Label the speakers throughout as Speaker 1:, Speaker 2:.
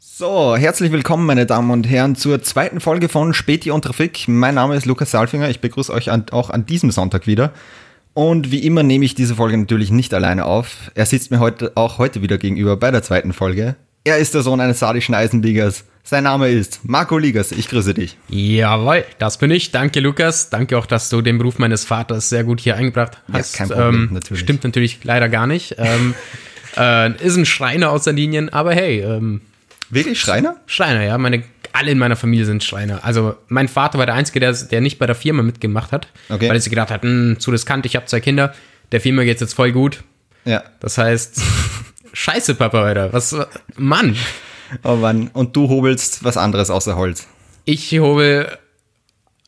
Speaker 1: So, herzlich willkommen, meine Damen und Herren, zur zweiten Folge von Späti und Trafik. Mein Name ist Lukas Salfinger. Ich begrüße euch an, auch an diesem Sonntag wieder. Und wie immer nehme ich diese Folge natürlich nicht alleine auf. Er sitzt mir heute, auch heute wieder gegenüber bei der zweiten Folge. Er ist der Sohn eines sardischen Eisenbiegers. Sein Name ist Marco Ligas. Ich grüße dich.
Speaker 2: Jawohl, das bin ich. Danke, Lukas. Danke auch, dass du den Beruf meines Vaters sehr gut hier eingebracht hast.
Speaker 1: kein Problem,
Speaker 2: ähm,
Speaker 1: natürlich.
Speaker 2: Stimmt natürlich leider gar nicht. Ähm, äh, ist ein Schreiner aus Sardinien, aber hey, ähm,
Speaker 1: Wirklich Schreiner?
Speaker 2: Schreiner, ja. Meine, alle in meiner Familie sind Schreiner. Also mein Vater war der Einzige, der, der nicht bei der Firma mitgemacht hat,
Speaker 1: Okay.
Speaker 2: weil er sich gedacht hat, "Hm, zu riskant, ich habe zwei Kinder, der Firma geht's jetzt voll gut.
Speaker 1: Ja.
Speaker 2: Das heißt, scheiße, Papa, Alter. Was, Mann.
Speaker 1: Oh Mann. Und du hobelst was anderes außer Holz.
Speaker 2: Ich hobel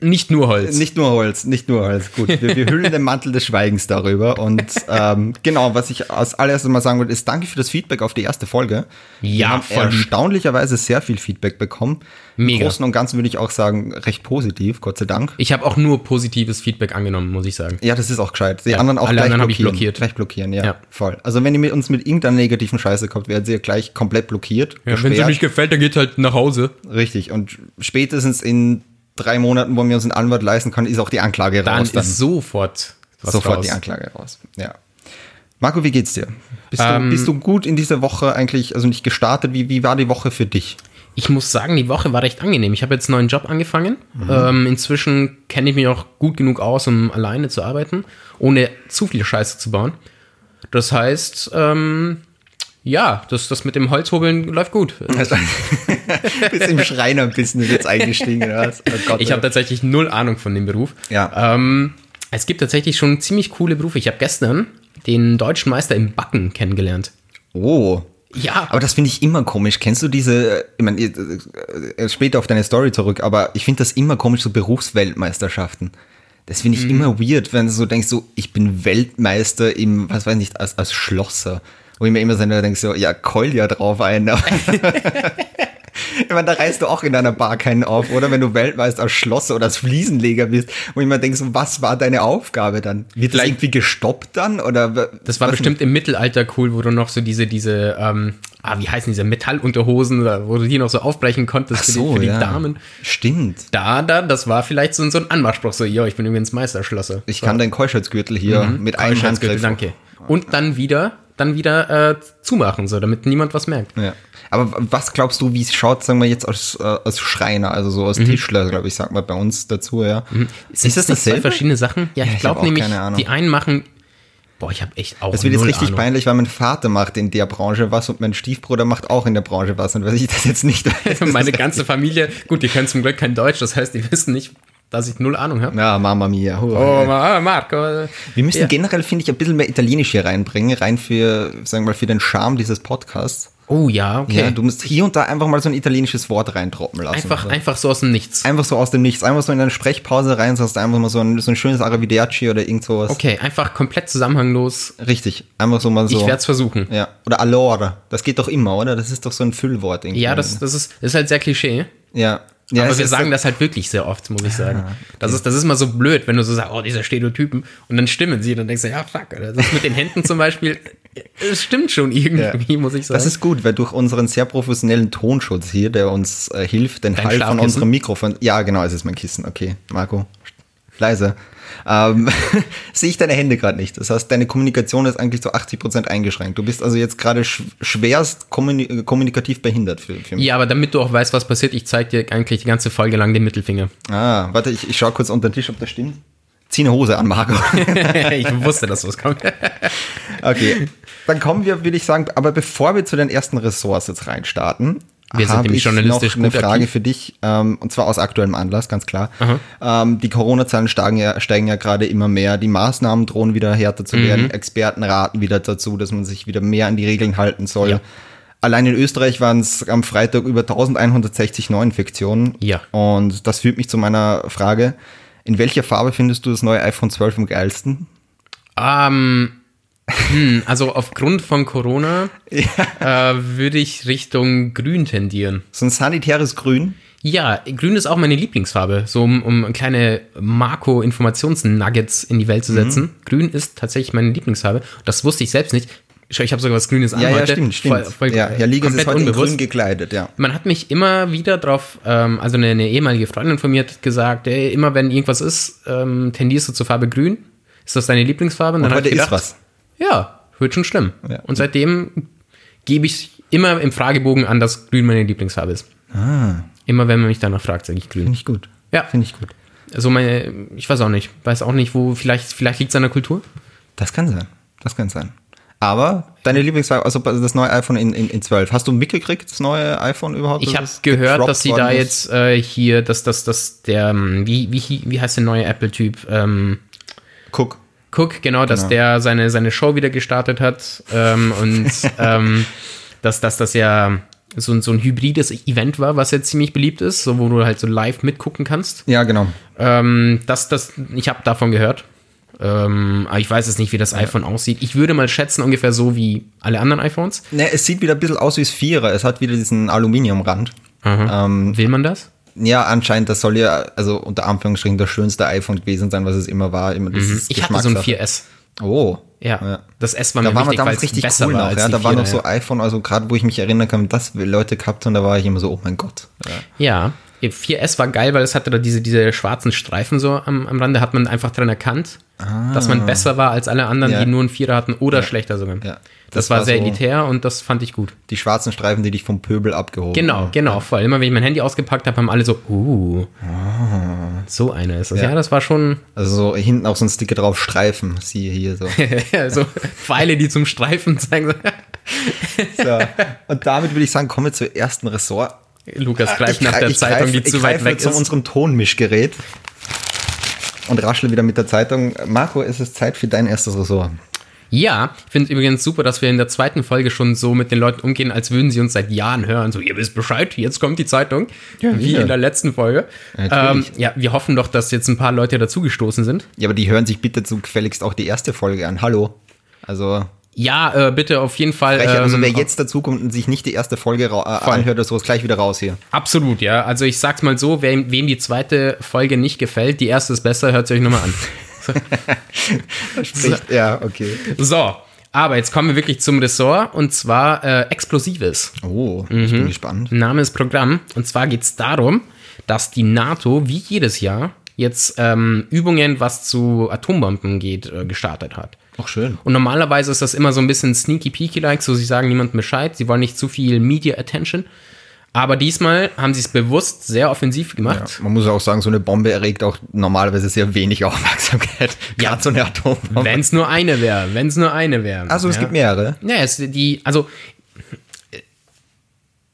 Speaker 2: nicht nur Holz.
Speaker 1: Nicht nur Holz, nicht nur Holz. Gut, wir, wir hüllen den Mantel des Schweigens darüber. Und ähm, genau, was ich als allererstes mal sagen wollte, ist danke für das Feedback auf die erste Folge. wir
Speaker 2: Ja,
Speaker 1: haben
Speaker 2: voll lieb.
Speaker 1: erstaunlicherweise sehr viel Feedback bekommen. Im
Speaker 2: Mega.
Speaker 1: Großen und Ganzen würde ich auch sagen, recht positiv, Gott sei Dank.
Speaker 2: Ich habe auch nur positives Feedback angenommen, muss ich sagen.
Speaker 1: Ja, das ist auch gescheit. Die anderen auch
Speaker 2: alle
Speaker 1: gleich
Speaker 2: anderen hab ich
Speaker 1: blockieren.
Speaker 2: blockiert.
Speaker 1: Gleich blockieren, ja,
Speaker 2: Ja.
Speaker 1: Voll. Also wenn ihr mit uns mit irgendeiner negativen Scheiße kommt, werden sie ja gleich komplett blockiert.
Speaker 2: wenn's
Speaker 1: beschwert.
Speaker 2: euch nicht gefällt, dann geht halt nach Hause.
Speaker 1: Richtig. Und spätestens in drei Monaten, wo wir uns einen Anwalt leisten können, ist auch die Anklage
Speaker 2: Dann
Speaker 1: raus.
Speaker 2: ist sofort was
Speaker 1: sofort
Speaker 2: raus.
Speaker 1: die Anklage raus. Ja. Marco, wie geht's dir? Bist, du,
Speaker 2: Ähm,
Speaker 1: bist du gut in dieser Woche eigentlich, also nicht gestartet? Wie, wie war die Woche für dich?
Speaker 2: Ich muss sagen, die Woche war recht angenehm. Ich habe jetzt einen neuen Job angefangen.
Speaker 1: Mhm.
Speaker 2: Ähm, inzwischen kenne ich mich auch gut genug aus, um alleine zu arbeiten, ohne zu viel Scheiße zu bauen. Das heißt, ähm, ja, das, das mit dem Holzhobeln läuft gut.
Speaker 1: Bist im Schreiner-Business jetzt eingestiegen oder was? Oh Gott,
Speaker 2: Ich habe tatsächlich null Ahnung von dem Beruf.
Speaker 1: Ja.
Speaker 2: Ähm, es gibt tatsächlich schon ziemlich coole Berufe. Ich habe gestern den deutschen Meister im Backen kennengelernt.
Speaker 1: oh.
Speaker 2: Ja,
Speaker 1: Aber das finde ich immer komisch. Kennst du diese, ich meine, äh, äh, später auf deine Story zurück, aber ich finde das immer komisch, so Berufsweltmeisterschaften. Das finde ich
Speaker 2: Mhm.
Speaker 1: immer weird, wenn du so denkst, so, ich bin Weltmeister im, was weiß ich nicht, als, als Schlosser. Wo ich mir immer so denke, so, ja, keul ja drauf ein. ich meine, da reißt du auch in deiner Bar keinen auf, oder? Wenn du Weltmeister als Schlosser oder als Fliesenleger bist, wo ich mir denke, so, was war deine Aufgabe dann? Wird das
Speaker 2: Vielleicht-
Speaker 1: irgendwie gestoppt dann? Oder, w-
Speaker 2: Das war
Speaker 1: was-
Speaker 2: bestimmt im Mittelalter cool, wo du noch so diese, diese, ähm, ah, wie heißen diese Metallunterhosen, oder wo du die noch so aufbrechen konntest
Speaker 1: Ach so,
Speaker 2: für die, für
Speaker 1: ja.
Speaker 2: die Damen.
Speaker 1: Stimmt.
Speaker 2: Da, da, das war vielleicht so, so ein Anmachspruch, so, yo, ich bin übrigens Meisterschlosser.
Speaker 1: Ich kann deinen Keuschheitsgürtel hier
Speaker 2: Mhm.
Speaker 1: mit einem Handgriff.
Speaker 2: Handgriff. Danke. Und dann wieder, dann wieder äh, zumachen, so, damit niemand was merkt.
Speaker 1: Ja. Aber w- was glaubst du, wie es schaut, sagen wir jetzt als, äh, als Schreiner, also so als Tischler, glaube ich, sagt man bei uns dazu, ja. Ist das
Speaker 2: Mhm. nicht zwei
Speaker 1: dasselbe?
Speaker 2: verschiedene Sachen? Ja, ich
Speaker 1: ich hab
Speaker 2: glaube
Speaker 1: auch
Speaker 2: nämlich,
Speaker 1: keine Ahnung.
Speaker 2: die einen machen, boah, ich habe echt auch
Speaker 1: Das wird jetzt
Speaker 2: null
Speaker 1: richtig
Speaker 2: Ahnung.
Speaker 1: peinlich, weil mein Vater macht in der Branche was und mein Stiefbruder macht auch in der Branche was und weil ich das jetzt nicht weiß.
Speaker 2: Meine ganze Familie, gut, die können zum Glück kein Deutsch, das heißt, die wissen nicht, dass ich null Ahnung habe.
Speaker 1: Ja, Mama Mia.
Speaker 2: Oh, Ma- Marco.
Speaker 1: Wir müssen
Speaker 2: Ja.
Speaker 1: generell, finde ich, ein bisschen mehr Italienisch hier reinbringen, rein für, sagen wir mal, für den Charme dieses Podcasts.
Speaker 2: Oh ja, okay.
Speaker 1: Ja, du musst hier und da einfach mal so ein italienisches Wort reintroppen lassen.
Speaker 2: Einfach,
Speaker 1: Also.
Speaker 2: einfach so aus dem Nichts.
Speaker 1: Einfach so aus dem Nichts, einfach so in deine Sprechpause rein, sonst einfach mal so ein, so ein schönes Arrivederci oder irgend sowas.
Speaker 2: Okay, einfach komplett zusammenhanglos.
Speaker 1: Richtig, einfach so mal so.
Speaker 2: Ich werde es versuchen.
Speaker 1: ja. Oder Allora, das geht doch immer, oder? Das ist doch so ein Füllwort irgendwie.
Speaker 2: Ja, das, das, ist, das ist halt sehr Klischee.
Speaker 1: Ja. ja
Speaker 2: aber
Speaker 1: es
Speaker 2: wir
Speaker 1: ist
Speaker 2: sagen
Speaker 1: so,
Speaker 2: das halt wirklich sehr oft, muss ich sagen. Das ist, das ist mal so blöd, wenn du so sagst, oh, dieser Stereotypen. Und dann stimmen sie. Dann denkst du, ja, fuck, Alter. Das mit den Händen zum Beispiel, es stimmt schon irgendwie, muss ich sagen.
Speaker 1: Das ist gut, weil durch unseren sehr professionellen Tonschutz hier, der uns äh, hilft, den
Speaker 2: Dein
Speaker 1: Hall von
Speaker 2: Schlafkissen?
Speaker 1: unserem Mikrofon. Ja, genau, es ist mein Kissen. Okay, Marco, leise. Ähm, sehe ich deine Hände gerade nicht. Das heißt, deine Kommunikation ist eigentlich zu 80% eingeschränkt. Du bist also jetzt gerade sch schwerst kommuni kommunikativ behindert für, für mich.
Speaker 2: ja, aber damit du auch weißt, was passiert, ich zeig dir eigentlich die ganze Folge lang den Mittelfinger.
Speaker 1: Ah, warte, ich, ich schaue kurz unter den Tisch, ob das stimmt. Zieh eine Hose an, Marco.
Speaker 2: ich wusste, dass was kommt.
Speaker 1: Okay. Dann kommen wir, würde ich sagen, aber bevor wir zu den ersten Ressorts jetzt reinstarten,
Speaker 2: Wir sind
Speaker 1: habe
Speaker 2: nämlich
Speaker 1: ich
Speaker 2: journalistisch
Speaker 1: noch eine
Speaker 2: gut aktiv.
Speaker 1: Frage für dich, ähm, und zwar aus aktuellem Anlass, ganz klar. Ähm, die Corona-Zahlen steigen ja, steigen ja gerade immer mehr, die Maßnahmen drohen wieder härter zu
Speaker 2: Mhm.
Speaker 1: werden, Experten raten wieder dazu, dass man sich wieder mehr an die Regeln halten soll.
Speaker 2: Ja.
Speaker 1: Allein in Österreich waren es am Freitag über 1160 Neuinfektionen.
Speaker 2: Ja.
Speaker 1: Und das führt mich zu meiner Frage, in welcher Farbe findest du das neue iPhone 12 am geilsten?
Speaker 2: Ähm, hm, also aufgrund von Corona äh, würde ich Richtung Grün tendieren.
Speaker 1: So ein sanitäres Grün?
Speaker 2: Ja, Grün ist auch meine Lieblingsfarbe, so um, um kleine
Speaker 1: Mhm.
Speaker 2: Marco-Informationsnuggets in die Welt zu setzen. Grün ist tatsächlich meine Lieblingsfarbe. Das wusste ich selbst nicht. Schau, ich habe sogar was Grünes an
Speaker 1: Ja, ja,
Speaker 2: heute.
Speaker 1: stimmt, stimmt.
Speaker 2: Voll, voll,
Speaker 1: ja, ja, Ligas ist
Speaker 2: komplett
Speaker 1: heute in
Speaker 2: unbewusst.
Speaker 1: grün gekleidet, ja.
Speaker 2: Man hat mich immer wieder drauf, ähm, also eine, eine ehemalige Freundin von mir hat gesagt, ey, immer wenn irgendwas ist, ähm, tendierst du zur Farbe grün. Ist das deine Lieblingsfarbe? Und dann hab
Speaker 1: Heute
Speaker 2: ich
Speaker 1: ist
Speaker 2: gedacht,
Speaker 1: was.
Speaker 2: Ja, wird schon schlimm.
Speaker 1: Ja.
Speaker 2: Und seitdem gebe ich immer im Fragebogen an, dass grün meine Lieblingsfarbe ist.
Speaker 1: Ah,
Speaker 2: Immer wenn man mich danach fragt, sage ich grün.
Speaker 1: finde ich gut.
Speaker 2: Ja.
Speaker 1: Finde ich gut.
Speaker 2: Also meine, ich weiß auch nicht, weiß auch nicht, wo, vielleicht, vielleicht liegt es an der Kultur.
Speaker 1: Das kann sein. Das kann sein. Aber deine Lieblingsfarbe, also das neue iPhone in, in, in 12, hast du mitgekriegt, das neue iPhone überhaupt?
Speaker 2: Ich
Speaker 1: dass
Speaker 2: habe
Speaker 1: Also es
Speaker 2: gehört,
Speaker 1: gedroppt
Speaker 2: dass sie
Speaker 1: worden
Speaker 2: da
Speaker 1: ist?
Speaker 2: jetzt äh, hier, dass dass dass der, ähm, wie, wie, hie- wie heißt der neue Apple-Typ? Ähm,
Speaker 1: Guck.
Speaker 2: Cook, genau, dass der seine, seine Show wieder gestartet hat ähm, und ähm, dass, dass das ja so, ein- so ein hybrides Event war, was jetzt ziemlich beliebt ist, so, wo du halt so live mitgucken kannst.
Speaker 1: Ja, genau.
Speaker 2: Ähm, das, das, ich habe davon gehört. Ähm, aber ich weiß jetzt nicht, wie das iPhone aussieht. Ich würde mal schätzen, ungefähr so wie alle anderen iPhones.
Speaker 1: Ne, es sieht wieder ein bisschen aus wie das Vierer. Es hat wieder diesen Aluminiumrand.
Speaker 2: Mhm.
Speaker 1: Ähm,
Speaker 2: Will man das?
Speaker 1: ja, anscheinend, das soll ja, also unter Anführungsstrichen, das schönste iPhone gewesen sein, was es immer war. Immer dieses
Speaker 2: Mhm. Ich hatte so ein
Speaker 1: Geschmackssache.
Speaker 2: 4S.
Speaker 1: Oh.
Speaker 2: Ja. Das S war mir
Speaker 1: Da waren wir
Speaker 2: wichtig, weil
Speaker 1: damals
Speaker 2: es
Speaker 1: richtig
Speaker 2: besser
Speaker 1: cool
Speaker 2: war
Speaker 1: noch.
Speaker 2: als
Speaker 1: Ja,
Speaker 2: die
Speaker 1: da waren noch
Speaker 2: Vierer,
Speaker 1: so iPhone, also gerade wo ich mich erinnern kann, dass Leute gehabt haben, da war ich immer so, oh mein Gott. Ja.
Speaker 2: Ja, 4S war geil, weil es hatte da diese, diese schwarzen Streifen so am, am Rande, hat man einfach dran erkannt, dass man besser war als alle anderen,
Speaker 1: Ah. Ja.
Speaker 2: die nur einen Vierer hatten oder schlechter sogar.
Speaker 1: Ja.
Speaker 2: Das,
Speaker 1: Das
Speaker 2: war
Speaker 1: war
Speaker 2: sehr
Speaker 1: so-
Speaker 2: elitär und das fand ich gut.
Speaker 1: Die schwarzen Streifen, die dich vom Pöbel abgehoben
Speaker 2: Genau, genau, voll. Immer wenn ich mein Handy ausgepackt habe, haben alle so, uh, so einer ist das. Ja,
Speaker 1: Ja.
Speaker 2: das war schon
Speaker 1: Also so hinten auch so ein Sticker drauf, Streifen, siehe hier so.
Speaker 2: so Pfeile, die zum Streifen zeigen.
Speaker 1: so. Und damit würde ich sagen, kommen wir zum ersten Ressort.
Speaker 2: Lukas greift
Speaker 1: Ich
Speaker 2: nach
Speaker 1: grei-
Speaker 2: der
Speaker 1: ich
Speaker 2: Zeitung,
Speaker 1: greif-
Speaker 2: die
Speaker 1: ich
Speaker 2: zu weit
Speaker 1: greife
Speaker 2: weg
Speaker 1: zu
Speaker 2: ist.
Speaker 1: unserem Tonmischgerät und raschle wieder mit der Zeitung. Marco, es ist Zeit für dein erstes Ressort.
Speaker 2: Ja, ich finde es übrigens super, dass wir in der zweiten Folge schon so mit den Leuten umgehen, als würden sie uns seit Jahren hören. So, ihr wisst Bescheid, jetzt kommt die Zeitung.
Speaker 1: Ja,
Speaker 2: wie
Speaker 1: sicher.
Speaker 2: in der letzten Folge. Ähm,
Speaker 1: Natürlich.
Speaker 2: ja, wir hoffen doch, dass jetzt ein paar Leute dazugestoßen sind.
Speaker 1: Ja, aber die hören sich bitte zufälligst auch die erste Folge an. Hallo. Also,
Speaker 2: Ja, äh, bitte auf jeden Fall.
Speaker 1: Brecher, also
Speaker 2: ähm,
Speaker 1: wer jetzt dazukommt und sich nicht die erste Folge ra- äh, anhört oder sowas, gleich wieder raus hier.
Speaker 2: Absolut, ja. Also ich sag's mal so, wem, wem die zweite Folge nicht gefällt, die erste ist besser, hört sie euch nochmal an.
Speaker 1: Echt? Ja, okay.
Speaker 2: So, aber jetzt kommen wir wirklich zum Ressort und zwar äh, Explosives.
Speaker 1: Oh, ich
Speaker 2: Mhm.
Speaker 1: bin gespannt.
Speaker 2: Name ist Programm. Und zwar geht es darum, dass die NATO wie jedes Jahr jetzt ähm, Übungen, was zu Atombomben geht, äh, gestartet hat.
Speaker 1: Auch schön.
Speaker 2: Und normalerweise ist das immer so ein bisschen sneaky peaky like, so sie sagen niemandem Bescheid, sie wollen nicht zu viel Media Attention. Aber diesmal haben sie es bewusst sehr offensiv gemacht.
Speaker 1: Man muss auch sagen, so eine Bombe erregt auch normalerweise sehr wenig Aufmerksamkeit.
Speaker 2: Ja.
Speaker 1: Gerade so eine Atombombe.
Speaker 2: Wenn es nur eine wäre, wenn es nur eine wäre.
Speaker 1: also, es
Speaker 2: ja.
Speaker 1: gibt mehrere.
Speaker 2: Naja, es, die, also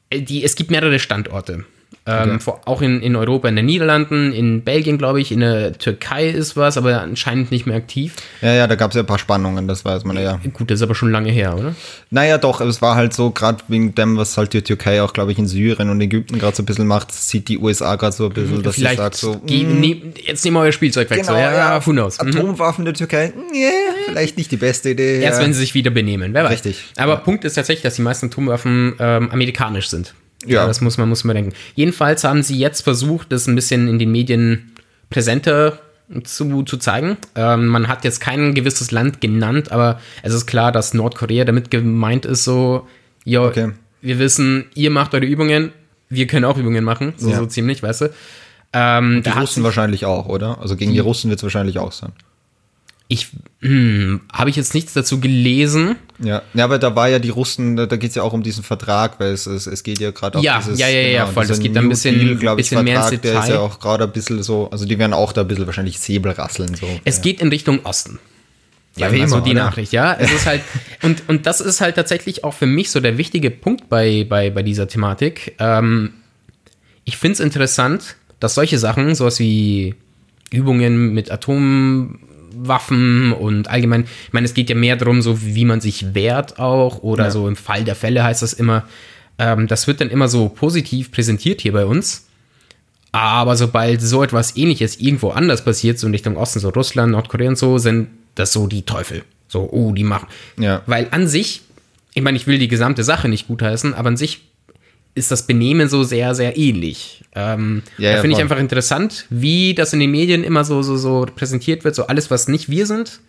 Speaker 2: äh, die, es gibt mehrere Standorte. Ähm, vor, auch in, in Europa, in den Niederlanden, in Belgien, glaube ich, in der Türkei ist was, aber anscheinend nicht mehr aktiv.
Speaker 1: Ja, ja, da gab es ja ein paar Spannungen, das weiß man ja.
Speaker 2: Gut, das ist aber schon lange her, oder?
Speaker 1: Naja, doch, es war halt so, gerade wegen dem, was halt die Türkei auch, glaube ich, in Syrien und Ägypten gerade so ein bisschen macht, sieht die USA gerade so ein bisschen, dass sie
Speaker 2: Mhm. Vielleicht,
Speaker 1: sagt halt so, mm.
Speaker 2: die, ne, jetzt nehmen wir euer Spielzeug weg.
Speaker 1: genau,
Speaker 2: so, ja, ja, who knows. Mhm.
Speaker 1: Atomwaffen der Türkei, nee, vielleicht nicht die beste Idee.
Speaker 2: Erst
Speaker 1: ja.
Speaker 2: wenn sie sich wieder benehmen, wer weiß.
Speaker 1: Richtig.
Speaker 2: Aber Punkt ist tatsächlich, dass die meisten Atomwaffen ähm, amerikanisch sind.
Speaker 1: Ja.
Speaker 2: Das muss man, muss man denken. Jedenfalls haben sie jetzt versucht, das ein bisschen in den Medien präsenter zu, zu zeigen. Ähm, man hat jetzt kein gewisses Land genannt, aber es ist klar, dass Nordkorea damit gemeint ist, so, jo,
Speaker 1: Okay.
Speaker 2: wir wissen, ihr macht eure Übungen, wir können auch Übungen machen, so,
Speaker 1: Ja.
Speaker 2: so ziemlich, weißt du.
Speaker 1: die
Speaker 2: Ähm, da hat
Speaker 1: Russen wahrscheinlich auch, oder? Also gegen die Russen wird es wahrscheinlich auch sein.
Speaker 2: ich, hm, habe ich jetzt nichts dazu gelesen.
Speaker 1: Ja. ja, aber da war ja die Russen, da, da geht es ja auch um diesen Vertrag, weil es, es, es geht ja gerade auch
Speaker 2: Ja,
Speaker 1: dieses,
Speaker 2: ja, ja, ja, voll, das
Speaker 1: dieser
Speaker 2: geht da ein
Speaker 1: New
Speaker 2: bisschen-
Speaker 1: Deal, glaub ich,
Speaker 2: bisschen mehr ins
Speaker 1: Vertrag, Der ist
Speaker 2: Detail.
Speaker 1: ja auch gerade ein bisschen so, also die werden auch da ein bisschen wahrscheinlich Säbel rasseln. So.
Speaker 2: Es geht in Richtung Osten. Ja, wie
Speaker 1: wie
Speaker 2: immer, so
Speaker 1: immer, ne?
Speaker 2: die
Speaker 1: oder?
Speaker 2: Nachricht, ja. Es ist halt, und, und das ist halt tatsächlich auch für mich so der wichtige Punkt bei, bei, bei dieser Thematik. Ähm, ich finde es interessant, dass solche Sachen, sowas wie Übungen mit Atomwaffen und allgemein, ich meine, es geht ja mehr darum, so wie man sich wehrt auch, oder
Speaker 1: Ja.
Speaker 2: so im Fall der Fälle heißt das immer, ähm, das wird dann immer so positiv präsentiert hier bei uns. Aber sobald so etwas ähnliches irgendwo anders passiert, so in Richtung Osten, so Russland, Nordkorea und so, sind das so die Teufel. So, oh, die machen.
Speaker 1: Ja.
Speaker 2: Weil an sich, ich meine, ich will die gesamte Sache nicht gutheißen, aber an sich ist das Benehmen so sehr, sehr ähnlich. Ähm,
Speaker 1: Ja,
Speaker 2: da
Speaker 1: ja,
Speaker 2: finde ich
Speaker 1: voll.
Speaker 2: einfach interessant, wie das in den Medien immer so, so, so präsentiert wird, so alles, was nicht wir sind,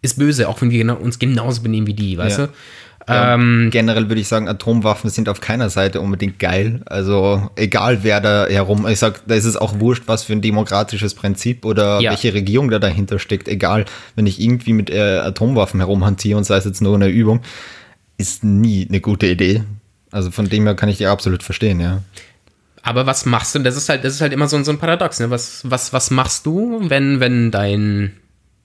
Speaker 2: ist böse, auch wenn wir genau, uns genauso benehmen wie die, weißt
Speaker 1: Ja.
Speaker 2: du? Ähm,
Speaker 1: Generell würde ich sagen, Atomwaffen sind auf keiner Seite unbedingt geil. Also egal wer da herum, ich sag, da ist es auch wurscht, was für ein demokratisches Prinzip oder
Speaker 2: Ja.
Speaker 1: welche Regierung da dahinter steckt. Egal, wenn ich irgendwie mit äh, Atomwaffen herumhantiere und sei es jetzt nur eine Übung, ist nie eine gute Idee. Also von dem her kann ich dir absolut verstehen, ja.
Speaker 2: aber was machst du? Das ist halt, das ist halt immer so, ein- so ein Paradox, ne? Was, was, was machst du, wenn, wenn dein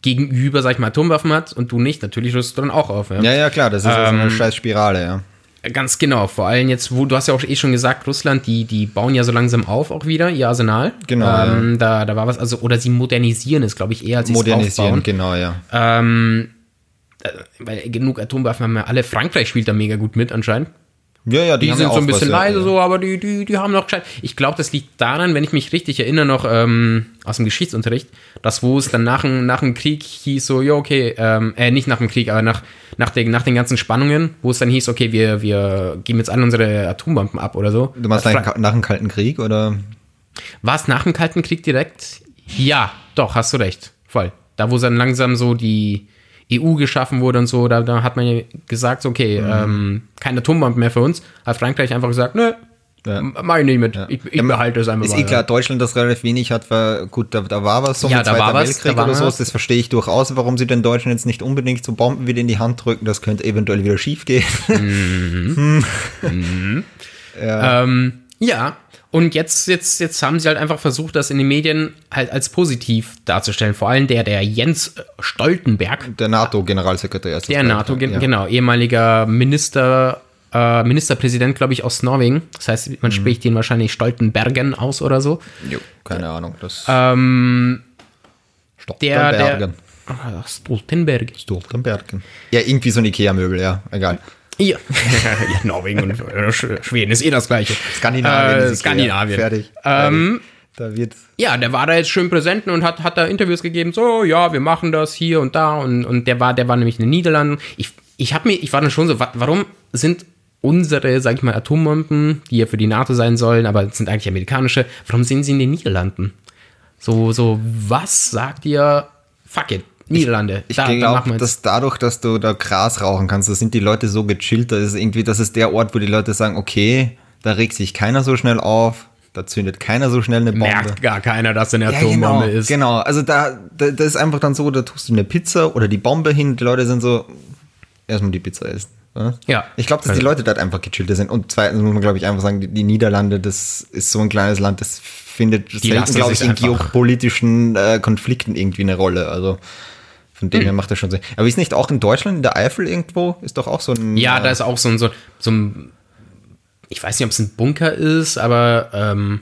Speaker 2: Gegenüber, sag ich mal, Atomwaffen hat und du nicht? Natürlich rüstest du dann auch auf,
Speaker 1: Ja, ja, klar, das ist also eine scheiß Spirale, ja.
Speaker 2: Ganz genau, vor allem jetzt, wo du hast ja auch eh schon gesagt, Russland, die, die bauen ja so langsam auf auch wieder, ihr Arsenal.
Speaker 1: Genau,
Speaker 2: Ähm, da, da war was, also, oder sie modernisieren es, glaube ich, eher als sie es
Speaker 1: Modernisieren,
Speaker 2: aufbauen.
Speaker 1: genau, ja.
Speaker 2: Ähm, äh, weil genug Atomwaffen haben wir alle. Frankreich spielt da mega gut mit anscheinend.
Speaker 1: Ja, ja,
Speaker 2: Die
Speaker 1: haben
Speaker 2: sind
Speaker 1: ja
Speaker 2: so ein
Speaker 1: auch was,
Speaker 2: bisschen
Speaker 1: ja,
Speaker 2: leise
Speaker 1: ja.
Speaker 2: so, aber die, die, die haben noch gescheit. Ich glaube, das liegt daran, wenn ich mich richtig erinnere, noch ähm, aus dem Geschichtsunterricht, dass wo es dann nach, dem- nach dem Krieg hieß so, ja, okay, ähm, äh, nicht nach dem Krieg, aber nach, nach, den, nach den ganzen Spannungen, wo es dann hieß, okay, wir, wir geben jetzt alle unsere Atombomben ab oder so.
Speaker 1: Du meinst
Speaker 2: Äh, Fra-
Speaker 1: nach, dem Ka- nach dem Kalten Krieg oder?
Speaker 2: war es nach dem Kalten Krieg direkt? Ja, doch, hast du recht. Voll. Da, wo dann langsam so die EU geschaffen wurde und so, da, da hat man ja gesagt, so, okay,
Speaker 1: Mhm.
Speaker 2: ähm, keine Atombomben mehr für uns. Hat Frankreich einfach gesagt, nö,
Speaker 1: Ja.
Speaker 2: m- mach ich nicht mit. Ich, ich
Speaker 1: Ja, man-
Speaker 2: behalte es einfach
Speaker 1: Ist
Speaker 2: mal.
Speaker 1: eh klar, Deutschland, das relativ wenig hat, weil gut, da, da war was so
Speaker 2: Ja,
Speaker 1: mit
Speaker 2: da war
Speaker 1: Zweiter
Speaker 2: was,
Speaker 1: Weltkrieg
Speaker 2: da war
Speaker 1: oder so,
Speaker 2: was.
Speaker 1: das verstehe ich durchaus, warum sie den Deutschen jetzt nicht unbedingt so Bomben wieder in die Hand drücken, das könnte eventuell wieder schief gehen.
Speaker 2: Ähm, ja, und jetzt, jetzt, jetzt haben sie halt einfach versucht, das in den Medien halt als positiv darzustellen. Vor allem der, der Jens Stoltenberg,
Speaker 1: Der NATO-Generalsekretär ist das
Speaker 2: Der
Speaker 1: glaube ich,
Speaker 2: NATO, gen-
Speaker 1: ja.
Speaker 2: genau, ehemaliger Minister, äh, Ministerpräsident, glaube ich, aus Norwegen. Das heißt, man spricht den wahrscheinlich Stoltenbergen aus oder so.
Speaker 1: Jo, keine Ahnung, das
Speaker 2: Ähm, der, der
Speaker 1: Stoltenbergen.
Speaker 2: Ah, Stoltenberg.
Speaker 1: Stoltenbergen. Ja, irgendwie so ein Ikea-Möbel, ja, egal.
Speaker 2: Ja. ja, Norwegen und äh, Sch- Schweden ist eh das gleiche.
Speaker 1: Skandinavien.
Speaker 2: Äh,
Speaker 1: ist Ikea.
Speaker 2: Skandinavien.
Speaker 1: Fertig.
Speaker 2: Ähm,
Speaker 1: Fertig. Da wird
Speaker 2: Ja, der war da jetzt schön präsent und hat, hat da Interviews gegeben, so, ja, wir machen das hier und da und, und der war, der war nämlich in den Niederlanden. Ich, ich hab mir, ich war dann schon so, wa- warum sind unsere, sag ich mal, Atombomben, die ja für die NATO sein sollen, aber es sind eigentlich amerikanische, warum sind sie in den Niederlanden? So, so, was sagt ihr? Fuck it, Niederlande.
Speaker 1: Ich
Speaker 2: machen wir
Speaker 1: glaube,
Speaker 2: jetzt.
Speaker 1: dass dadurch, dass du da Gras rauchen kannst, da sind die Leute so gechillt, da ist irgendwie, das ist der Ort, wo die Leute sagen, okay, da regt sich keiner so schnell auf, da zündet keiner so schnell eine Bombe.
Speaker 2: merkt gar keiner, dass eine
Speaker 1: ja,
Speaker 2: Atombombe
Speaker 1: genau,
Speaker 2: ist.
Speaker 1: genau. Also da, da, da ist einfach dann so, da tust du eine Pizza oder die Bombe hin, die Leute sind so, erstmal die Pizza essen. ne? oder?
Speaker 2: Ja. Also-
Speaker 1: Ich glaube, dass die Leute dort einfach gechillter sind. Und zweitens muss man, glaube ich, einfach sagen, die, die Niederlande, das ist so ein kleines Land, das findet selten,
Speaker 2: lassen
Speaker 1: glaube
Speaker 2: sich
Speaker 1: ich, in
Speaker 2: einfach.
Speaker 1: geopolitischen äh, Konflikten irgendwie eine Rolle. Also von dem her
Speaker 2: Mhm.
Speaker 1: macht das schon Sinn. Aber ist nicht auch in Deutschland, in der Eifel irgendwo, ist doch auch so ein.
Speaker 2: Ja,
Speaker 1: äh,
Speaker 2: da ist auch so ein, so, so ein ich weiß nicht, ob es ein Bunker ist, aber ähm,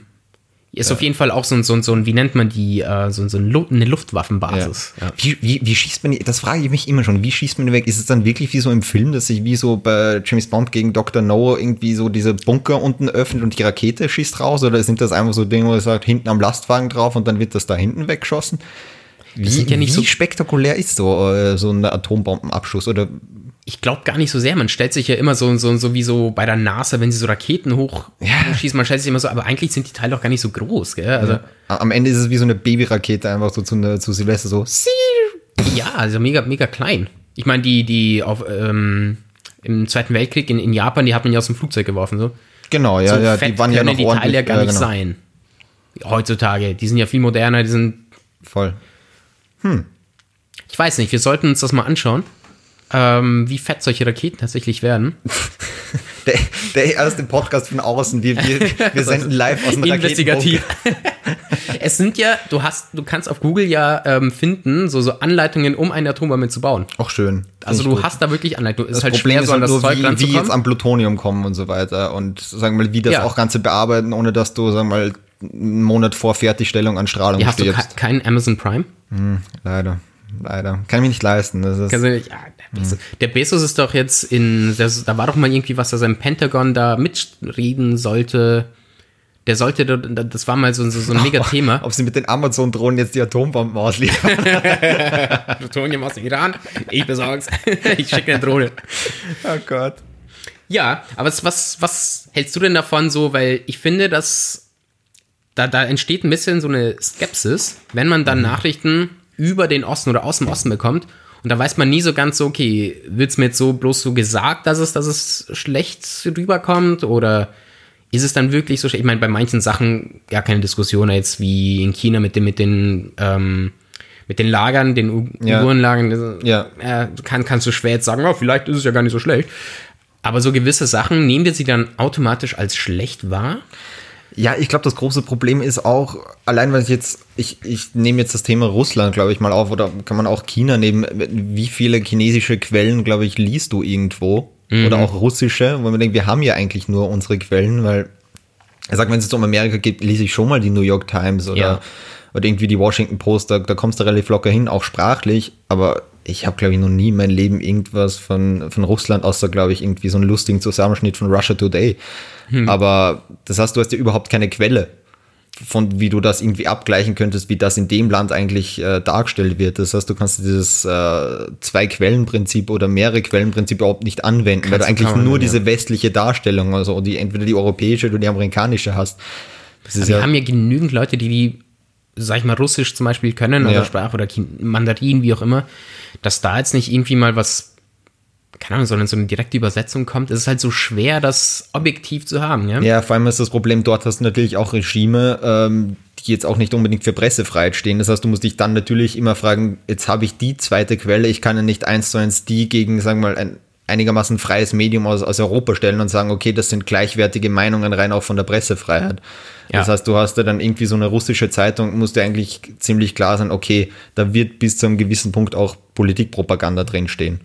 Speaker 2: ist auf jeden Fall auch so ein, so ein, so ein wie nennt man die, äh, so, ein- so ein Lu eine
Speaker 1: Ja.
Speaker 2: Luftwaffenbasis. Ja.
Speaker 1: Also, Wie, wie, wie schießt man die, das frage ich mich immer schon, wie schießt man die weg? Ist es dann wirklich wie so im Film, dass sich wie so bei James Bond gegen Dr. No irgendwie so diese Bunker unten öffnet und die Rakete schießt raus? Oder sind das einfach so Dinge, wo er sagt, hinten am Lastwagen drauf und dann wird das da hinten weggeschossen? Wie,
Speaker 2: sind ja nicht
Speaker 1: wie
Speaker 2: so-
Speaker 1: spektakulär ist so, äh, so ein Atombombenabschuss? Oder
Speaker 2: Ich glaube gar nicht so sehr, man stellt sich ja immer so, so, so wie so bei der NASA, wenn sie so Raketen hoch schießen, man stellt sich immer so, aber eigentlich sind die Teile auch gar nicht so groß, gell? Also,
Speaker 1: a- am Ende ist es wie so eine Babyrakete, einfach so zu, ne, zu Silvester so. "Sie!"
Speaker 2: Ja, also mega, mega klein. Ich meine, die, die auf, ähm, im Zweiten Weltkrieg in, in Japan, die hat man ja aus dem Flugzeug geworfen, so.
Speaker 1: Genau, ja,
Speaker 2: so
Speaker 1: ja,
Speaker 2: fett
Speaker 1: die waren ja
Speaker 2: können
Speaker 1: noch
Speaker 2: die
Speaker 1: ordentlich.
Speaker 2: Teile ja gar
Speaker 1: ja,
Speaker 2: nicht
Speaker 1: genau,
Speaker 2: sein. Heutzutage, die sind ja viel moderner, die sind
Speaker 1: Voll.
Speaker 2: Ich weiß nicht, wir sollten uns das mal anschauen, ähm, wie fett solche Raketen tatsächlich werden.
Speaker 1: Der, der erste Podcast von außen. Wir, wir, wir senden live aus dem
Speaker 2: Investigativ. es sind ja, du hast, du kannst auf Google ja ähm, finden, so, so Anleitungen, um eine Atombombe zu bauen.
Speaker 1: Auch schön. Find
Speaker 2: Also
Speaker 1: ich
Speaker 2: du
Speaker 1: gut.
Speaker 2: hast da wirklich Anleitungen. Ist
Speaker 1: das
Speaker 2: halt
Speaker 1: Problem
Speaker 2: schwer,
Speaker 1: ist
Speaker 2: so an
Speaker 1: halt
Speaker 2: das
Speaker 1: nur,
Speaker 2: Zeug
Speaker 1: wie, wie jetzt
Speaker 2: ranzukommen.
Speaker 1: am Plutonium kommen und so weiter und sagen wir mal, wie das
Speaker 2: Ja.
Speaker 1: auch Ganze bearbeiten, ohne dass du, sagen wir mal, einen Monat vor Fertigstellung an Strahlung
Speaker 2: Ja, hast du
Speaker 1: stirbst. Hm,
Speaker 2: ke- keinen Amazon Prime?
Speaker 1: Leider. Leider. Kann ich mir nicht leisten. Das ist,
Speaker 2: Also, ja, der, Bezos, der Bezos ist doch jetzt in, das, da war doch mal irgendwie was, dass er im Pentagon da mitreden sollte. Der sollte, da- da- das war mal so, so, so ein mega Thema.
Speaker 1: ob sie mit den Amazon-Drohnen jetzt die Atombomben ausliefern.
Speaker 2: Plutonium aus dem Iran, ich besorg's, ich schicke eine Drohne.
Speaker 1: oh Gott.
Speaker 2: Ja, aber was, was, was hältst du denn davon so? Weil ich finde, dass da, da entsteht ein bisschen so eine Skepsis, wenn man dann Nachrichten über den Osten oder aus dem Osten bekommt. Und Und da weiß man nie so ganz so, okay, wird es mir jetzt so bloß so gesagt, dass es, dass es schlecht rüberkommt oder ist es dann wirklich so schlecht? Ich meine, bei manchen Sachen gar keine Diskussion, jetzt wie in China mit den, mit den, ähm, mit den Lagern, den U
Speaker 1: Ja.
Speaker 2: Uhrenlagern,
Speaker 1: Ja.
Speaker 2: äh, kann, kannst du schwer jetzt sagen, oh, vielleicht ist es ja gar nicht so schlecht. Aber so gewisse Sachen nehmen wir sie dann automatisch als schlecht wahr.
Speaker 1: Ja, ich glaube, das große Problem ist auch, allein weil ich jetzt, ich, ich nehme jetzt das Thema Russland, glaube ich, mal auf, oder kann man auch China nehmen, wie viele chinesische Quellen, glaube ich, liest du irgendwo? Oder auch russische, wo man denkt, wir haben ja eigentlich nur unsere Quellen, weil, ich sag, wenn es jetzt um Amerika geht, lese ich schon mal die New York Times oder,
Speaker 2: Ja.
Speaker 1: oder irgendwie die Washington Post, da, da kommst du relativ locker hin, auch sprachlich, aber ich habe, glaube ich, noch nie in meinem Leben irgendwas von, von Russland, außer, glaube ich, irgendwie so einen lustigen Zusammenschnitt von Russia Today. Aber das heißt, du hast ja überhaupt keine Quelle, von wie du das irgendwie abgleichen könntest, wie das in dem Land eigentlich äh, dargestellt wird. Das heißt, du kannst dieses äh, Zwei-Quellen-Prinzip oder mehrere Quellen-Prinzip überhaupt nicht anwenden, weil du
Speaker 2: Kannst-
Speaker 1: eigentlich
Speaker 2: kann man
Speaker 1: nur
Speaker 2: nicht,
Speaker 1: diese westliche Darstellung, also die entweder die europäische oder die amerikanische hast. Das ist
Speaker 2: Also Wir
Speaker 1: ja,
Speaker 2: haben ja genügend Leute, die, die, sag ich mal, Russisch zum Beispiel können
Speaker 1: Ja.
Speaker 2: oder Sprache oder Chin- Mandarin, wie auch immer, dass da jetzt nicht irgendwie mal was, keine Ahnung, sondern so eine direkte Übersetzung kommt. Es ist halt so schwer, das objektiv zu haben, ja?
Speaker 1: ja, vor allem ist das Problem, dort hast du natürlich auch Regime, ähm, die jetzt auch nicht unbedingt für Pressefreiheit stehen. Das heißt, du musst dich dann natürlich immer fragen, jetzt habe ich die zweite Quelle, ich kann ja nicht eins zu eins die gegen, sagen wir mal, ein einigermaßen freies Medium aus, aus Europa stellen und sagen, okay, das sind gleichwertige Meinungen rein auch von der Pressefreiheit.
Speaker 2: Ja.
Speaker 1: Das heißt, du hast ja dann irgendwie so eine russische Zeitung, musst dir eigentlich ziemlich klar sein, okay, da wird bis zu einem gewissen Punkt auch Politikpropaganda drinstehen.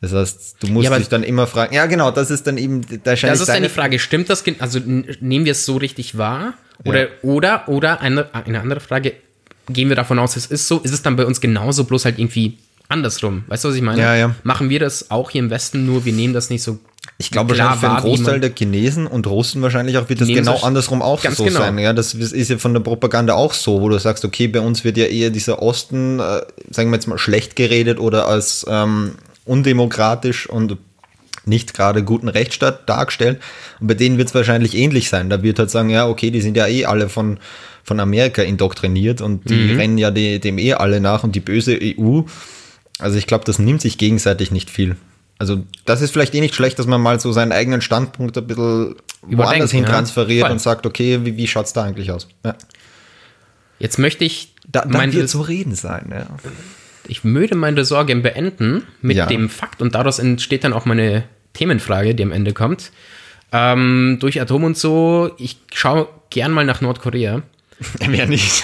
Speaker 1: Das heißt, du musst
Speaker 2: Ja, aber-
Speaker 1: dich dann immer fragen, ja genau, das ist dann eben, da scheint
Speaker 2: Das ist dann
Speaker 1: deine
Speaker 2: die Frage, stimmt das, gen- also n- nehmen wir es so richtig wahr? Oder, oder, oder eine, eine andere Frage, gehen wir davon aus, es ist so, ist es dann bei uns genauso, bloß halt irgendwie andersrum? Weißt du, was ich meine?
Speaker 1: Ja, ja.
Speaker 2: Machen wir das auch hier im Westen, nur wir nehmen das nicht so
Speaker 1: Ich glaube wahrscheinlich
Speaker 2: Klar
Speaker 1: für einen
Speaker 2: war, wie
Speaker 1: Großteil
Speaker 2: man-
Speaker 1: der Chinesen und Russen wahrscheinlich auch wird das
Speaker 2: Nehmen
Speaker 1: genau
Speaker 2: sich-
Speaker 1: andersrum auch
Speaker 2: Ganz
Speaker 1: so
Speaker 2: genau.
Speaker 1: sein. Ja, das ist ja von der Propaganda auch so, wo du sagst, okay, bei uns wird ja eher dieser Osten, äh, sagen wir jetzt mal, schlecht geredet oder als ähm, undemokratisch und nicht gerade guten Rechtsstaat dargestellt. Und bei denen wird es wahrscheinlich ähnlich sein. Da wird halt sagen, ja, okay, die sind ja eh alle von, von Amerika indoktriniert und
Speaker 2: Mhm.
Speaker 1: die rennen ja de- dem eh alle nach und die böse EU. Also ich glaube, das nimmt sich gegenseitig nicht viel. Also das ist vielleicht eh nicht schlecht, dass man mal so seinen eigenen Standpunkt ein bisschen woanders hin
Speaker 2: ja.
Speaker 1: transferiert
Speaker 2: Voll.
Speaker 1: und sagt, okay, wie, wie schaut es da eigentlich aus? Ja.
Speaker 2: Jetzt möchte ich
Speaker 1: Da, da
Speaker 2: mein,
Speaker 1: wird zu reden sein, ja.
Speaker 2: ich möchte meine Sorge beenden mit
Speaker 1: Ja.
Speaker 2: dem Fakt und daraus entsteht dann auch meine Themenfrage, die am Ende kommt. Ähm, durch Atom und so, ich schaue gern mal nach Nordkorea.
Speaker 1: Mehr nicht.